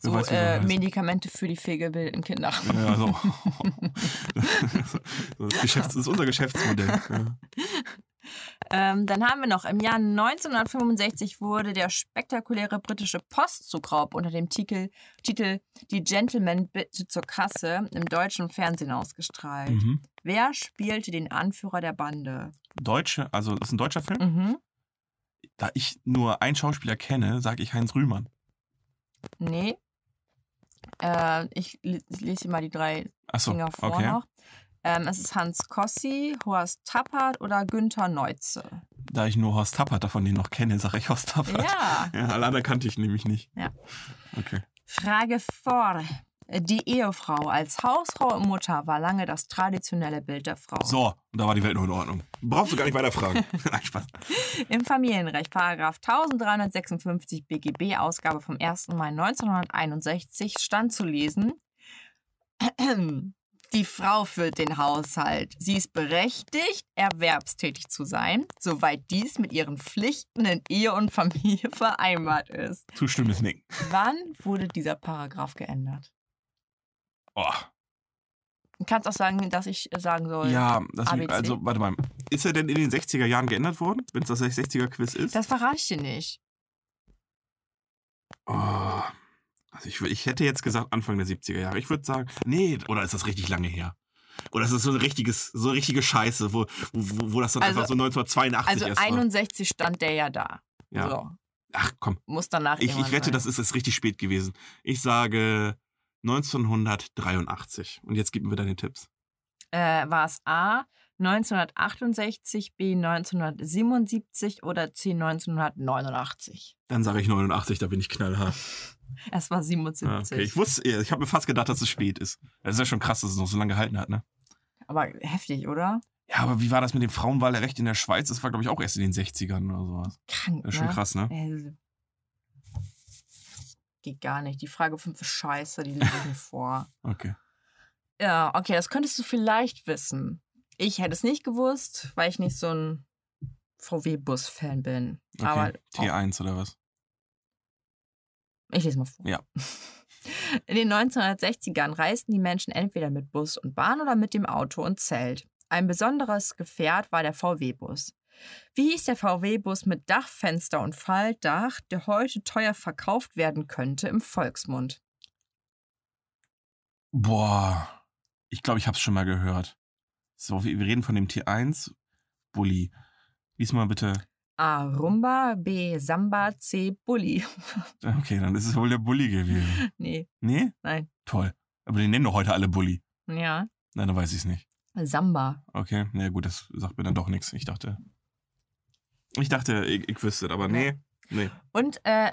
E: So
D: weiß, wie
E: äh,
D: sowas heißt.
E: Medikamente für die fehlgebildeten Kinder.
D: Ja, so. das, Geschäfts-, das ist unser Geschäftsmodell.
E: Halt.
D: Ja.
E: Ähm, dann haben wir noch, im Jahr 1965 wurde der spektakuläre britische Postzugraub unter dem Titel, Titel Die Gentlemen bitte zur Kasse im deutschen Fernsehen ausgestrahlt.
D: Mhm.
E: Wer spielte den Anführer der Bande?
D: Deutsche, also das ist ein deutscher Film.
E: Mhm.
D: Da ich nur einen Schauspieler kenne, sage ich Heinz Rühmann.
E: Nee. Äh, ich li- ich lese dir mal die drei
D: Achso,
E: Finger vor
D: okay.
E: noch. Ähm, es ist Hans Kossi, Horst Tappert oder Günther Neuze.
D: Da ich nur Horst Tappert davon den noch kenne, sage ich Horst Tappert.
E: Ja.
D: Ja, alle anderen kannte ich nämlich nicht.
E: Ja.
D: Okay.
E: Frage vor. Die Ehefrau als Hausfrau und Mutter war lange das traditionelle Bild der Frau.
D: So, und da war die Welt noch in Ordnung. Brauchst du gar nicht weiter fragen. Nein, Spaß.
E: Im Familienrecht, Paragraph 1356 BGB, Ausgabe vom 1. Mai 1961, stand zu lesen: Die Frau führt den Haushalt. Sie ist berechtigt, erwerbstätig zu sein, soweit dies mit ihren Pflichten in Ehe und Familie vereinbart ist.
D: Zustimmendes Nicken.
E: Wann wurde dieser Paragraph geändert?
D: Oh.
E: Du kannst auch sagen, dass ich sagen soll.
D: Ja, das,
E: ABC.
D: also, warte mal. Ist er denn in den 60er Jahren geändert worden, wenn es das 60er-Quiz ist?
E: Das verrate ich dir nicht.
D: oh. Also, ich, wür- ich hätte jetzt gesagt Anfang der 70er Jahre. Ich würde sagen, nee, oder ist das richtig lange her? Oder ist das so ein richtiges, so richtige Scheiße, wo, wo, wo- wo das dann
E: Also-
D: einfach so 1982
E: Also
D: erst war?
E: 61 stand der ja da.
D: Ja.
E: So,
D: Ach komm,
E: muss danach
D: Ich, ich
E: irgendwann
D: wette,
E: sein.
D: das ist, ist richtig spät gewesen. Ich sage 1983. Und jetzt gib mir deine Tipps.
E: äh, war es A 1968, B 1977 oder C 1989?
D: Dann sage ich 89, da bin ich knallhart.
E: Es war
D: Ah, okay.
E: 77.
D: Ich wusste, ich habe mir fast gedacht, dass es spät ist. Das ist ja schon krass, dass es noch so lange gehalten hat, ne?
E: Aber heftig, oder?
D: Ja, aber wie war das mit dem Frauenwahlrecht in der Schweiz? Das war, glaube ich, auch erst in den 60ern oder sowas.
E: Krank.
D: Das ist schon
E: ne?
D: krass, ne?
E: Äh, geht gar nicht. Die Frage 5 ist scheiße, die lese ich mir vor.
D: Okay.
E: Ja, okay, das könntest du vielleicht wissen. Ich hätte es nicht gewusst, weil ich nicht so ein VW-Bus-Fan bin.
D: okay.
E: Aber auch
D: T1 oder was?
E: Ich lese mal vor.
D: Ja.
E: In den 1960ern reisten die Menschen entweder mit Bus und Bahn oder mit dem Auto und Zelt. Ein besonderes Gefährt war der VW-Bus. Wie hieß der VW-Bus mit Dachfenster und Faltdach, der heute teuer verkauft werden könnte im Volksmund?
D: Boah. Ich glaube, ich habe es schon mal gehört. So, wir wir reden von dem T1 Bulli. Lies mal bitte.
E: A. Rumba, B. Samba, C. Bulli.
D: Okay, dann ist es wohl der Bulli gewesen.
E: nee,
D: Nee?
E: Nein.
D: Toll. Aber die nennen doch heute alle Bulli.
E: ja.
D: Nein, dann weiß ich es nicht.
E: Samba.
D: Okay, na ja, gut, das sagt mir dann doch nichts. Ich dachte. Ich dachte, ich, ich wüsste, es, aber nee. Nee.
E: Und äh,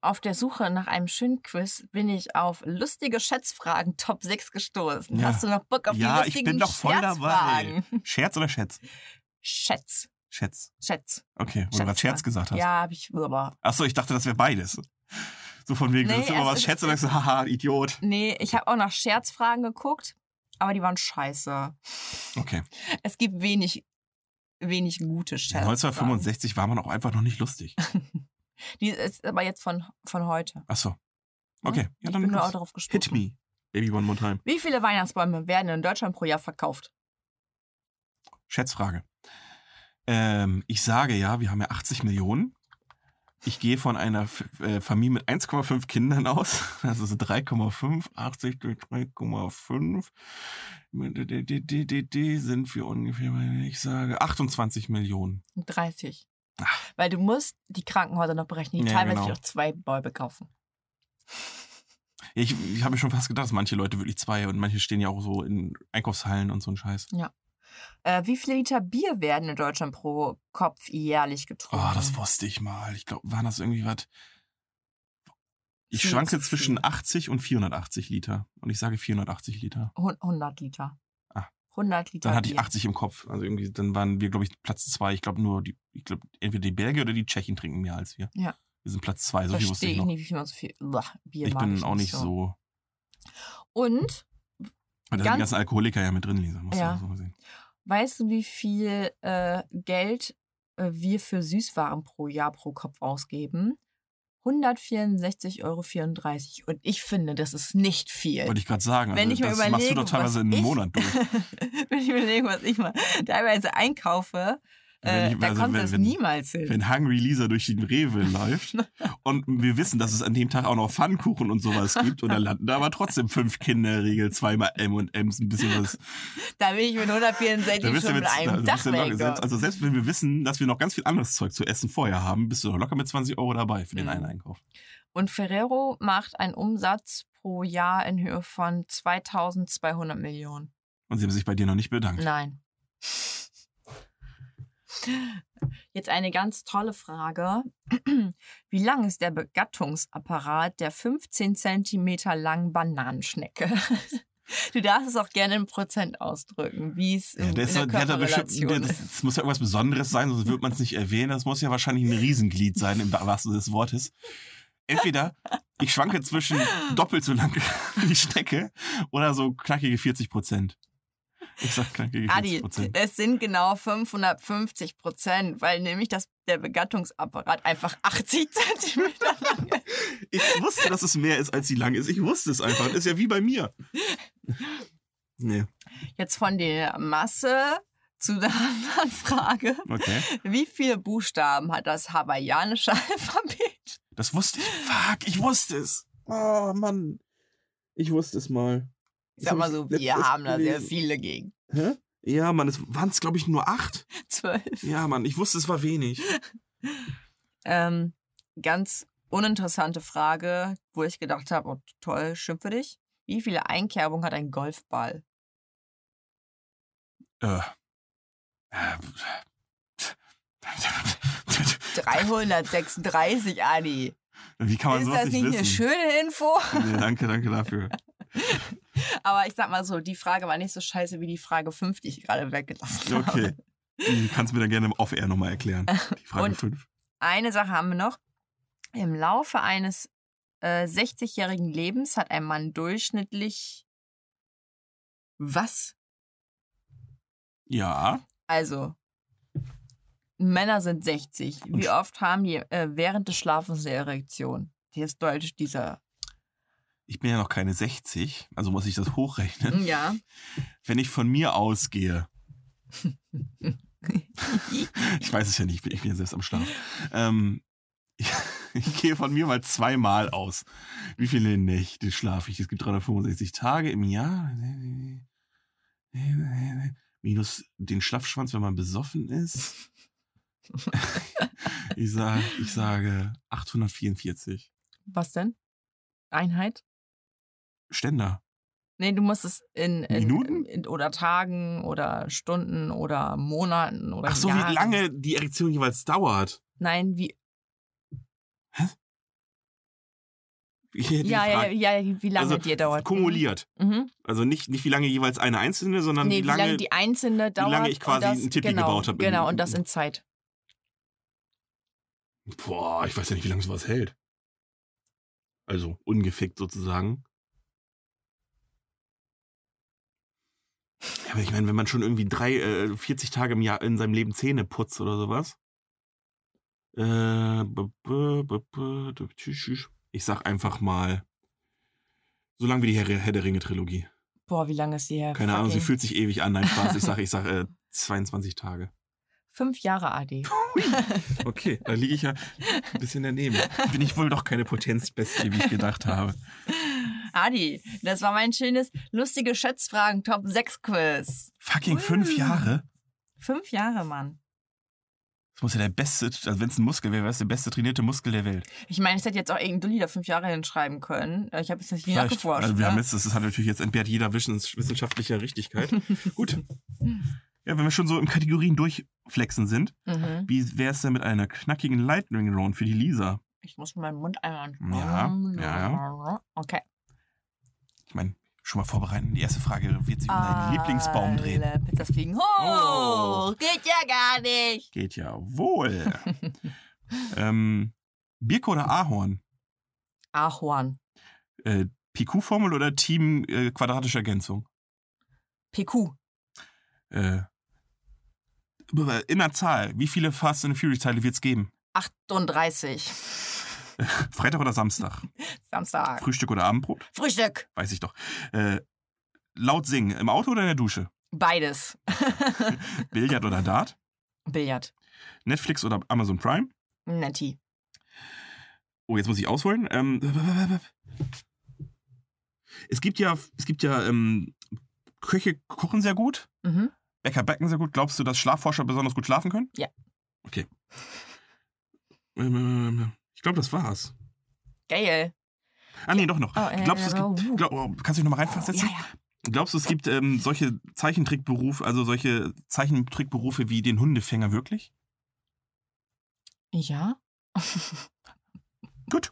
E: auf der Suche nach einem schönen Quiz bin ich auf lustige Schätzfragen Top 6 gestoßen.
D: Ja.
E: Hast du noch Bock auf
D: Ja,
E: die
D: ich
E: lustigen
D: bin doch voll dabei.
E: Scherzfragen?
D: Scherz oder Schätz?
E: Schätz.
D: Schätz.
E: Schätz.
D: Okay, wo du gerade Scherz
E: Schätzfragen.
D: gesagt hast.
E: Ja, habe ich aber.
D: Achso, ich dachte, das wäre beides. So von wegen,
E: Nee,
D: du sitzt immer
E: also
D: was
E: es-
D: schätzt und sagst, haha, Idiot.
E: Nee, ich habe auch nach Scherzfragen geguckt, aber die waren scheiße.
D: Okay.
E: Es gibt wenig, wenig gute Scherzfragen.
D: 1965 war man auch einfach noch nicht lustig.
E: Die ist aber jetzt von, von heute. ne?
D: Achso. Okay, ja,
E: ich
D: dann
E: bin nur
D: los.
E: auch darauf gesprochen.
D: Hit me. Baby One More Time.
E: Wie viele Weihnachtsbäume werden in Deutschland pro Jahr verkauft?
D: Schätzfrage. Ähm, ich sage ja, wir haben ja 80 Millionen. Ich gehe von einer F äh, Familie mit 1,5 Kindern aus. Das ist 3,5. 80 durch 3,5. Mit D- D- D- D- D- D sind wir ungefähr, bei, ich sage, 28 Millionen.
E: 30. Weil du musst die Krankenhäuser noch berechnen, die
D: Ja,
E: teilweise
D: genau.
E: noch zwei Bäume kaufen.
D: Ich, ich habe mir schon fast gedacht, dass manche Leute wirklich zwei und manche stehen ja auch so in Einkaufshallen und so ein Scheiß.
E: Äh, wie viele Liter Bier werden in Deutschland pro Kopf jährlich getrunken?
D: Oh, das wusste ich mal. Ich glaube, waren das irgendwie was? Ich
E: Viel
D: schwanke
E: zu
D: zwischen
E: viel.
D: 80 und 480 Liter. Und ich sage 480 Liter.
E: Hun- 100 Liter.
D: Ah.
E: 100 Liter
D: Dann hatte ich
E: Bier.
D: 80 im Kopf. Also irgendwie, dann waren wir, glaube ich, Platz zwei. Ich glaube nur, die, ich glaube, entweder die Belgier oder die Tschechen trinken mehr als wir.
E: Ja.
D: Wir sind Platz zwei, so also viel wusste
E: Verstehe
D: ich
E: ich
D: noch.
E: nicht, wie viel man so viel Uah, Bier
D: ich
E: mag.
D: bin auch nicht so. Und
E: Und
D: da sind
E: Ganz-
D: die ganzen Alkoholiker ja mit drin, Lisa. Muss
E: Ja.
D: ja. so sehen.
E: weißt du, wie viel äh, Geld äh, wir für Süßwaren pro Jahr pro Kopf ausgeben? 164,34 Euro. Und ich finde, das ist nicht viel.
D: Wollte ich gerade sagen.
E: Äh, Wenn
D: also
E: ich mir
D: das
E: überlege,
D: machst du doch teilweise
E: was
D: einen
E: ich,
D: Monat durch.
E: wenn ich mir überlege, was ich mal teilweise einkaufe, äh,
D: Wenn ich-
E: da
D: also
E: kommt
D: wenn-
E: das
D: wenn-
E: niemals hin.
D: Wenn Hungry Lisa durch den Rewe läuft und wir wissen, dass es an dem Tag auch noch Pfannkuchen und sowas gibt und dann landen da aber trotzdem fünf Kinderriegel, zweimal M&M's, ein bisschen was.
E: da bin ich mit 164
D: Da bist du
E: schon
D: mit,
E: mit
D: da
E: einem Dach
D: bist du locker,
E: weg.
D: selbst, also selbst wenn wir wissen, dass wir noch ganz viel anderes Zeug zu essen vorher haben, bist du doch locker mit 20 Euro dabei für den
E: Mhm.
D: einen Einkauf.
E: Und Ferrero macht einen Umsatz pro Jahr in Höhe von 2200 Millionen.
D: Und sie haben sich bei dir noch nicht bedankt.
E: Nein. Jetzt eine ganz tolle Frage. Wie lang ist der Begattungsapparat der 15 Zentimeter langen Bananenschnecke? Du darfst es auch gerne in Prozent ausdrücken, wie es
D: Ja,
E: in
D: der ist
E: der
D: doch- der hat doch bestimmt, der,
E: Körperrelation
D: das,
E: ist.
D: das muss ja irgendwas Besonderes sein, sonst wird man es nicht erwähnen. Das muss ja wahrscheinlich ein Riesenglied sein, im wahrsten Sinne des Wortes. Entweder ich schwanke zwischen doppelt so lang wie die Strecke oder so knackige 40 Prozent. Ich sag knackige 40
E: Adi,
D: Prozent.
E: es sind genau 550 Prozent, weil nämlich das, der Begattungsapparat einfach 80 Zentimeter lang ist.
D: Ich wusste, dass es mehr ist, als sie lang ist. Ich wusste es einfach. Das ist ja wie bei mir. Nee,
E: Jetzt von der Masse zu der anderen Frage.
D: okay.
E: Wie viele Buchstaben hat das hawaiianische Alphabet?
D: Das wusste ich. Fuck, ich wusste es. Oh, Mann. Ich wusste es mal.
E: Ich sag mal so, wir haben da sehr
D: viel.
E: viele gegen.
D: Hä? Ja, Mann, es waren es, glaube ich, nur acht.
E: Zwölf.
D: Ja, Mann, ich wusste, es war wenig.
E: Ähm, ganz uninteressante Frage, wo ich gedacht habe, oh toll, schimpfe dich. Wie viele Einkerbungen hat ein Golfball?
D: Äh.
E: 336, Adi.
D: Wie kann man
E: Ist
D: sowas
E: das
D: nicht
E: nicht eine
D: wissen?
E: schöne Info?
D: nee, danke, danke dafür.
E: Aber ich sag mal so, die Frage war nicht so scheiße wie die Frage 5, die ich gerade weggelassen habe.
D: Okay. Du kannst mir dann gerne im Off-Air nochmal erklären. Die Frage
E: Äh, Und-
D: fünf.
E: Eine Sache haben wir noch. Im Laufe eines äh, 60-jährigen Lebens hat ein Mann durchschnittlich was?
D: Ja.
E: Also, Männer sind 60. Wie oft haben die äh, während des Schlafens eine Erektion? Jetzt deutlich dieser.
D: Ich bin ja noch keine 60, also muss ich das hochrechnen.
E: hm, Ja.
D: Wenn ich von mir ausgehe, ich weiß es ja nicht, ich bin- ich bin ja selbst am Schlaf. Ähm, ich, ich gehe von mir mal zweimal aus. Wie viele Nächte schlafe ich? Es gibt 365 Tage im Jahr. Minus den Schlafschwanz, wenn man besoffen ist. Ich, sag, ich sage 844.
E: Was denn? Einheit?
D: Ständer.
E: Nee, du musst es in, in
D: Minuten?
E: In, oder Tagen oder Stunden oder Monaten oder
D: Ach so,
E: Jahren.
D: wie lange die Erektion jeweils dauert.
E: Nein, wie
D: Ich hätte
E: ja, ja,
D: gefragt.
E: ja, ja, wie lange
D: Also,
E: dir dauert.
D: Kumuliert.
E: Mhm.
D: Also nicht, nicht wie lange jeweils eine einzelne, sondern
E: Nee,
D: wie lange.
E: die einzelne dauert.
D: lange ich
E: und
D: quasi
E: das,
D: einen Tippi
E: genau,
D: gebaut hab in-
E: Genau, und das in Zeit.
D: boah, ich weiß ja nicht, wie lange sowas hält. Also ungefickt sozusagen. Ja, aber ich meine, wenn man schon irgendwie drei, äh, 40 Tage im Jahr in seinem Leben Zähne putzt oder sowas. Äh, b- b- b- b- d- tschüss, tschüss. ich sag einfach mal, so lang wie die Herr, Herr der Ringe-Trilogie.
E: Boah, wie lange ist die her?
D: Keine Ahnung, sie
E: Fucking
D: fühlt sich ewig an. Nein, Spaß. Ich sag, ich sag äh, 22 Tage.
E: Fünf Jahre AD.
D: Okay, da liege ich ja ein bisschen daneben. Bin ich wohl doch keine Potenzbestie, wie ich gedacht habe.
E: Adi, das war mein schönes, lustige Schätzfragen Top 6 Quiz.
D: Fucking fünf Jahre?
E: Fünf Jahre, Mann.
D: Das muss ja der beste, also wenn es ein Muskel wäre, wäre es der beste trainierte Muskel der Welt.
E: Ich meine, es hätte jetzt auch irgendein Dulli da fünf Jahre hinschreiben können. Ich habe jetzt nicht
D: Vielleicht.
E: nachgeforscht.
D: Also wir haben
E: ne?
D: jetzt, das hat natürlich jetzt entbehrt jeder Wissens- wissenschaftlicher Richtigkeit. Gut. Ja, wenn wir schon so in Kategorien durchflexen sind,
E: mhm.
D: wie wäre es denn mit einer knackigen Lightning Round für die Lisa?
E: Ich muss meinen Mund einmal.
D: Ja, ja.
E: Okay.
D: Ich meine, schon mal vorbereiten. Die erste Frage wird sich um
E: Ah,
D: deinen Lieblingsbaum drehen. Oh.
E: Alle Pizzas fliegen hoch. Geht ja gar nicht.
D: Geht ja wohl. ähm, Birke oder Ahorn?
E: Ahorn.
D: Äh, PQ-Formel oder Team äh, quadratische Ergänzung?
E: PQ.
D: Äh, in der Zahl, wie viele Fast and Fury-Teile wird es geben?
E: 38.
D: Freitag oder Samstag?
E: Samstag.
D: Frühstück oder Abendbrot?
E: Frühstück.
D: Weiß ich doch. Äh, laut singen, im Auto oder in der Dusche?
E: Beides.
D: Billard oder Dart?
E: Billard.
D: Netflix oder Amazon Prime?
E: Nettie.
D: Oh, jetzt muss ich ausholen. Ähm, es gibt ja, es gibt ja ähm, Köche kochen sehr gut,
E: Mhm.
D: Bäcker backen sehr gut. Glaubst du, dass Schlafforscher besonders gut schlafen können?
E: Ja.
D: Okay. Ähm, ähm, ähm, Ich glaube, das war's.
E: Geil.
D: Ah, nee, doch noch.
E: Oh, äh,
D: Glaubst du, es
E: äh, uh.
D: gibt, glaub, oh, kannst du dich nochmal reinversetzen?
E: Ja, ja.
D: Glaubst du, es gibt ähm, solche Zeichentrickberufe, also solche Zeichentrickberufe wie den Hundefänger wirklich?
E: Ja?
D: Gut.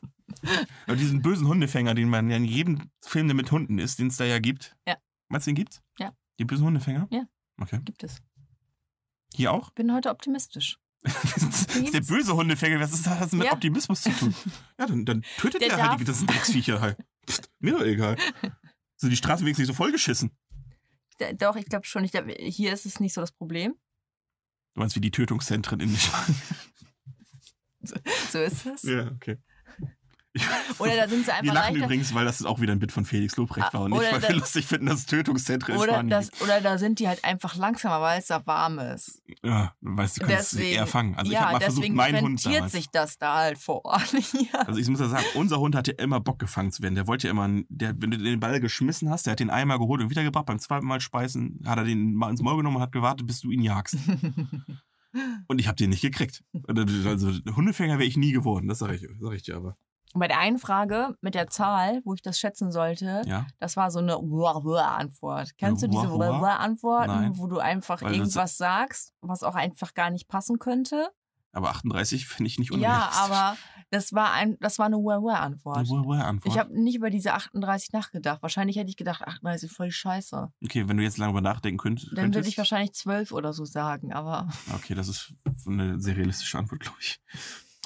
D: Aber diesen bösen Hundefänger, den man ja in jedem Film, der mit Hunden ist, den es da ja gibt.
E: Ja.
D: Meinst du, den gibt's?
E: Ja.
D: Den bösen Hundefänger?
E: Ja.
D: Okay.
E: Gibt es.
D: Hier auch?
E: Bin heute optimistisch.
D: das ist der böse Hundefänger. Was ist das mit
E: Ja.
D: Optimismus zu tun? Ja, dann, dann tötet
E: Der
D: der, halt
E: darf-
D: die ganzen Drecksviecher halt. Pft, mir doch egal. Sind die Straßen wenigstens nicht so vollgeschissen?
E: D- Doch, ich glaube schon. Ich glaub, hier ist es nicht so das Problem.
D: Du meinst wie die Tötungszentren in Spanien?
E: So ist es.
D: Ja, okay. Ich-
E: Oder da sind sie
D: Wir lachen
E: einfach leichter.
D: übrigens, weil das auch wieder ein Bit von Felix Lobrecht
E: Ah,
D: war und nicht,
E: oder
D: weil wir
E: das-
D: lustig finden, dass es Tötungszentren in
E: Oder,
D: Spanien
E: das, oder da sind die halt einfach langsamer, weil es da warm ist.
D: gibt. Ja, du weißt, du kannst sie
E: Deswegen-
D: eher fangen. Also ich
E: ja,
D: habe mal versucht,
E: deswegen
D: meinen Hund
E: rentiert
D: damals.
E: sich das da halt vor Ort. ja.
D: Also ich muss ja sagen, unser Hund hatte immer Bock gefangen zu werden. Der wollte ja immer, der, wenn du den Ball geschmissen hast, der hat den einmal geholt und wiedergebracht. Beim zweiten Mal speisen hat er den mal ins Maul genommen und hat gewartet, bis du ihn jagst. Und ich habe den nicht gekriegt. Also Hundefänger wäre ich nie geworden, das sage ich, sag ich dir aber.
E: Und bei der einen Frage mit der Zahl, wo ich das schätzen sollte,
D: Ja,
E: das war so eine Wah-Wah-Antwort. Kennst du
D: Eine
E: diese
D: Wah-Wah? Nein.
E: Wah-Wah-Antworten, wo du einfach
D: Weil das-
E: irgendwas sagst, was auch einfach gar nicht passen könnte?
D: aber 38 finde ich nicht
E: Ja,
D: unrealistisch.
E: aber das war, ein, das war eine Wah-Wah-Antwort.
D: Antwort.
E: Ich habe nicht über diese 38 nachgedacht. Wahrscheinlich hätte ich gedacht, 38 ist voll scheiße.
D: Okay, wenn du jetzt lange darüber nachdenken könntest.
E: Dann würde ich
D: könntest-
E: wahrscheinlich 12 oder so sagen, aber
D: Okay, das ist eine sehr realistische Antwort, glaube ich.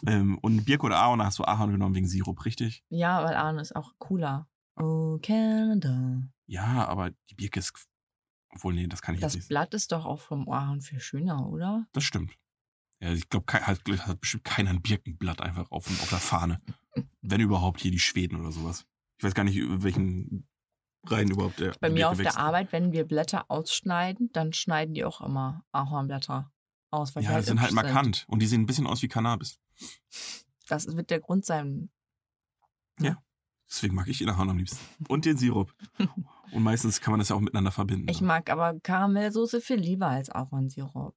D: Ähm, und Birk oder Ahorn, da hast du Ahorn genommen wegen Sirup, richtig?
E: Ja, weil Ahorn ist auch cooler. Oh, Canada.
D: Ja, aber die Birke ist. Obwohl, nee, das kann ich jetzt
E: Das
D: nicht.
E: Blatt ist doch auch vom Ahorn viel schöner, oder?
D: Das stimmt. Ja, ich glaube, hat, hat bestimmt keiner ein Birkenblatt einfach auf, auf der Fahne. Wenn überhaupt hier die Schweden oder sowas. Ich weiß gar nicht, über welchen Reihen überhaupt der.
E: Bei
D: die
E: mir
D: Birke
E: auf der
D: wächst.
E: Arbeit, wenn wir Blätter ausschneiden, dann schneiden die auch immer Ahornblätter aus. Weil die
D: Ja, die sind
E: hübsch
D: halt markant. Und die sehen ein bisschen aus wie Cannabis.
E: Das wird der Grund sein.
D: Deswegen mag ich Ahorn am liebsten. Und den Sirup. Und meistens kann man das ja auch miteinander verbinden. ne?
E: Ich mag aber Karamellsoße viel lieber als Ahornsirup.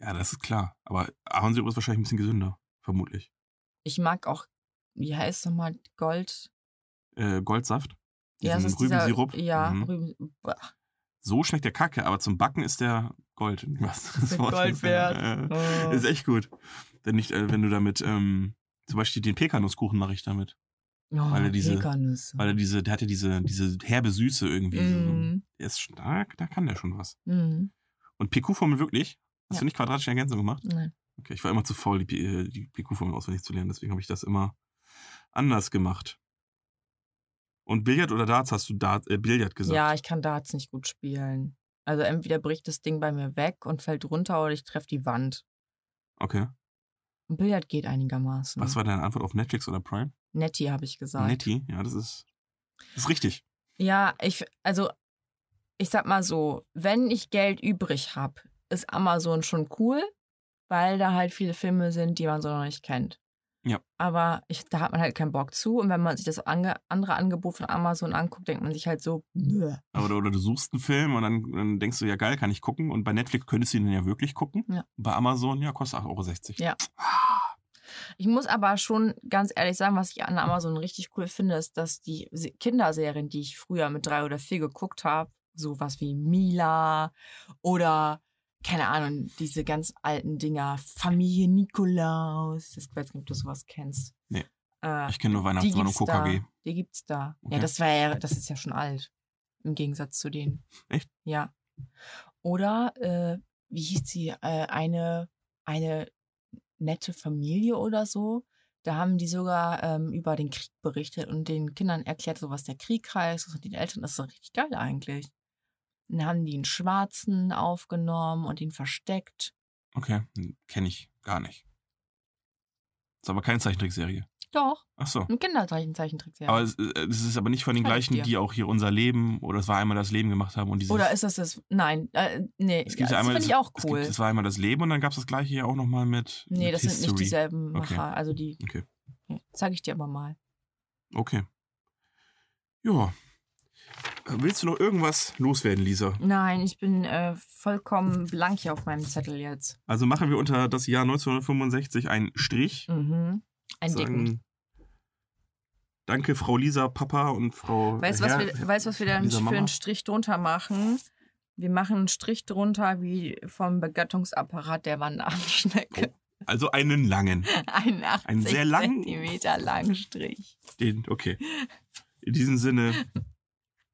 D: ja, das ist klar. Aber Ahornsirup ist wahrscheinlich ein bisschen gesünder. Vermutlich.
E: Ich mag auch, wie heißt es nochmal, Gold?
D: Äh, Goldsaft.
E: Ja, es
D: Diesen
E: ist dieser-
D: Rübensirup.
E: Ja,
D: Mhm.
E: Rüben. Boah.
D: So schmeckt der Kacke, aber zum Backen ist der Gold. Was
E: Der Gold wert.
D: Äh,
E: Oh.
D: Ist echt gut. Denn nicht, äh, wenn du damit, ähm, zum Beispiel den Pekanusskuchen mache ich damit.
E: Oh,
D: weil er diese-
E: Pekannüsse.
D: Weil er diese, der hat ja diese, diese herbe Süße irgendwie.
E: Mhm.
D: Der ist schon, da, da kann der schon was.
E: Mhm.
D: Und PQ-Formel wirklich? Hast
E: Ja.
D: du nicht quadratische Ergänzung gemacht?
E: Nein.
D: Okay, ich war immer zu faul, die, P- äh, die PQ-Formel auswendig zu lernen, deswegen habe ich das immer anders gemacht. Und Billard oder Darts hast du Dart, äh, Billard gesagt?
E: Ja, ich kann Darts nicht gut spielen. Also entweder bricht das Ding bei mir weg und fällt runter oder ich treffe die Wand.
D: Okay.
E: Und Billard geht einigermaßen.
D: Was war deine Antwort auf Netflix oder Prime?
E: Netty, habe ich gesagt.
D: Netty, ja, das ist, das ist richtig.
E: Ja, ich, also, ich sag mal so, wenn ich Geld übrig habe, ist Amazon schon cool, weil da halt viele Filme sind, die man so noch nicht kennt.
D: Ja.
E: Aber ich, da hat man halt keinen Bock zu. Und wenn man sich das ange, andere Angebot von Amazon anguckt, denkt man sich halt so, nö.
D: Aber, du- oder du suchst einen Film und dann, dann denkst du, ja geil, kann ich gucken. Und bei Netflix könntest du ihn dann ja wirklich gucken.
E: Ja.
D: Bei Amazon, ja, kostet 8,60 Euro.
E: Ja. Ich muss aber schon ganz ehrlich sagen, was ich an Amazon richtig cool finde, ist, dass die Se- Kinderserien, die ich früher mit drei oder vier geguckt habe, sowas wie Mila oder keine Ahnung, diese ganz alten Dinger, Familie Nikolaus. Ich weiß nicht, ob du sowas kennst.
D: Nee.
E: Äh,
D: Ich kenne nur
E: die
D: Weihnachtsmann und
E: gibt's da.
D: KKG.
E: Die gibt's da.
D: Okay.
E: Ja, das war ja, das ist ja schon alt. Im Gegensatz zu denen.
D: Echt?
E: Ja. Oder, äh, wie hieß die? Äh, eine, eine nette Familie oder so. Da haben die sogar ähm, über den Krieg berichtet und den Kindern erklärt, so was der Krieg heißt, was mit den Eltern. Das ist doch richtig geil eigentlich. Dann haben die einen Schwarzen aufgenommen und ihn versteckt.
D: Okay, kenne ich gar nicht. Ist aber keine Zeichentrickserie.
E: Doch,
D: Ach so.
E: ein Kinderzeichentrickserie.
D: Aber es, äh, es ist aber nicht von den
E: Kann ich
D: gleichen,
E: dir.
D: die auch hier unser Leben oder es war einmal das Leben gemacht haben und dieses.
E: Oder ist das das? Nein, äh, nee,
D: es gibt ja
E: das
D: einmal
E: finde ich auch
D: es
E: cool.
D: Gibt, es war einmal das Leben und dann gab es das gleiche ja auch nochmal mit.
E: Nee,
D: mit
E: das sind
D: History.
E: nicht dieselben
D: Okay.
E: Macher. Also die.
D: Okay.
E: Ja, Sag ich dir aber mal.
D: Okay. Ja. Äh, Willst du noch irgendwas loswerden, Lisa?
E: Nein, ich bin äh, vollkommen blank hier auf meinem Zettel jetzt.
D: Also machen wir unter das Jahr 1965 einen Strich.
E: Mhm. Ein dicken.
D: Sagen, danke, Frau Lisa, Papa und Frau.
E: Weißt du, was,
D: Herr-
E: wir- weißt du, was wir dann
D: Lisa,
E: für
D: Mama.
E: einen Strich drunter machen? Wir machen einen Strich drunter wie vom Begattungsapparat der Wandanschnecke.
D: Also einen langen.
E: Ein 80
D: Einen sehr langen-
E: Zentimeter langen Strich.
D: Den, okay. In diesem Sinne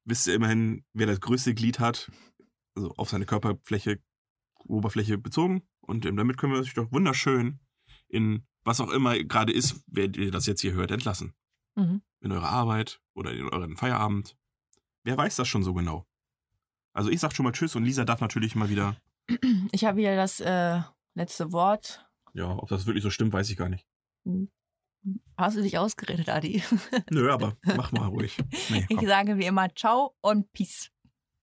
D: wisst ihr immerhin, wer das größte Glied hat, also auf seine Körperfläche, Oberfläche bezogen. Und ähm, damit können wir euch doch wunderschön in was auch immer gerade ist, wer ihr das jetzt hier hört, entlassen.
E: Mhm.
D: In eure Arbeit oder in euren Feierabend. Wer weiß das schon so genau? Also ich sag schon mal Tschüss und Lisa darf natürlich mal wieder.
E: Ich habe wieder das äh, letzte Wort.
D: Ja, ob das wirklich so stimmt, weiß ich gar nicht.
E: Hast du dich ausgeredet, Adi?
D: Nö, aber mach mal ruhig. Nee,
E: Ich
D: komm.
E: sage wie immer Ciao und Peace.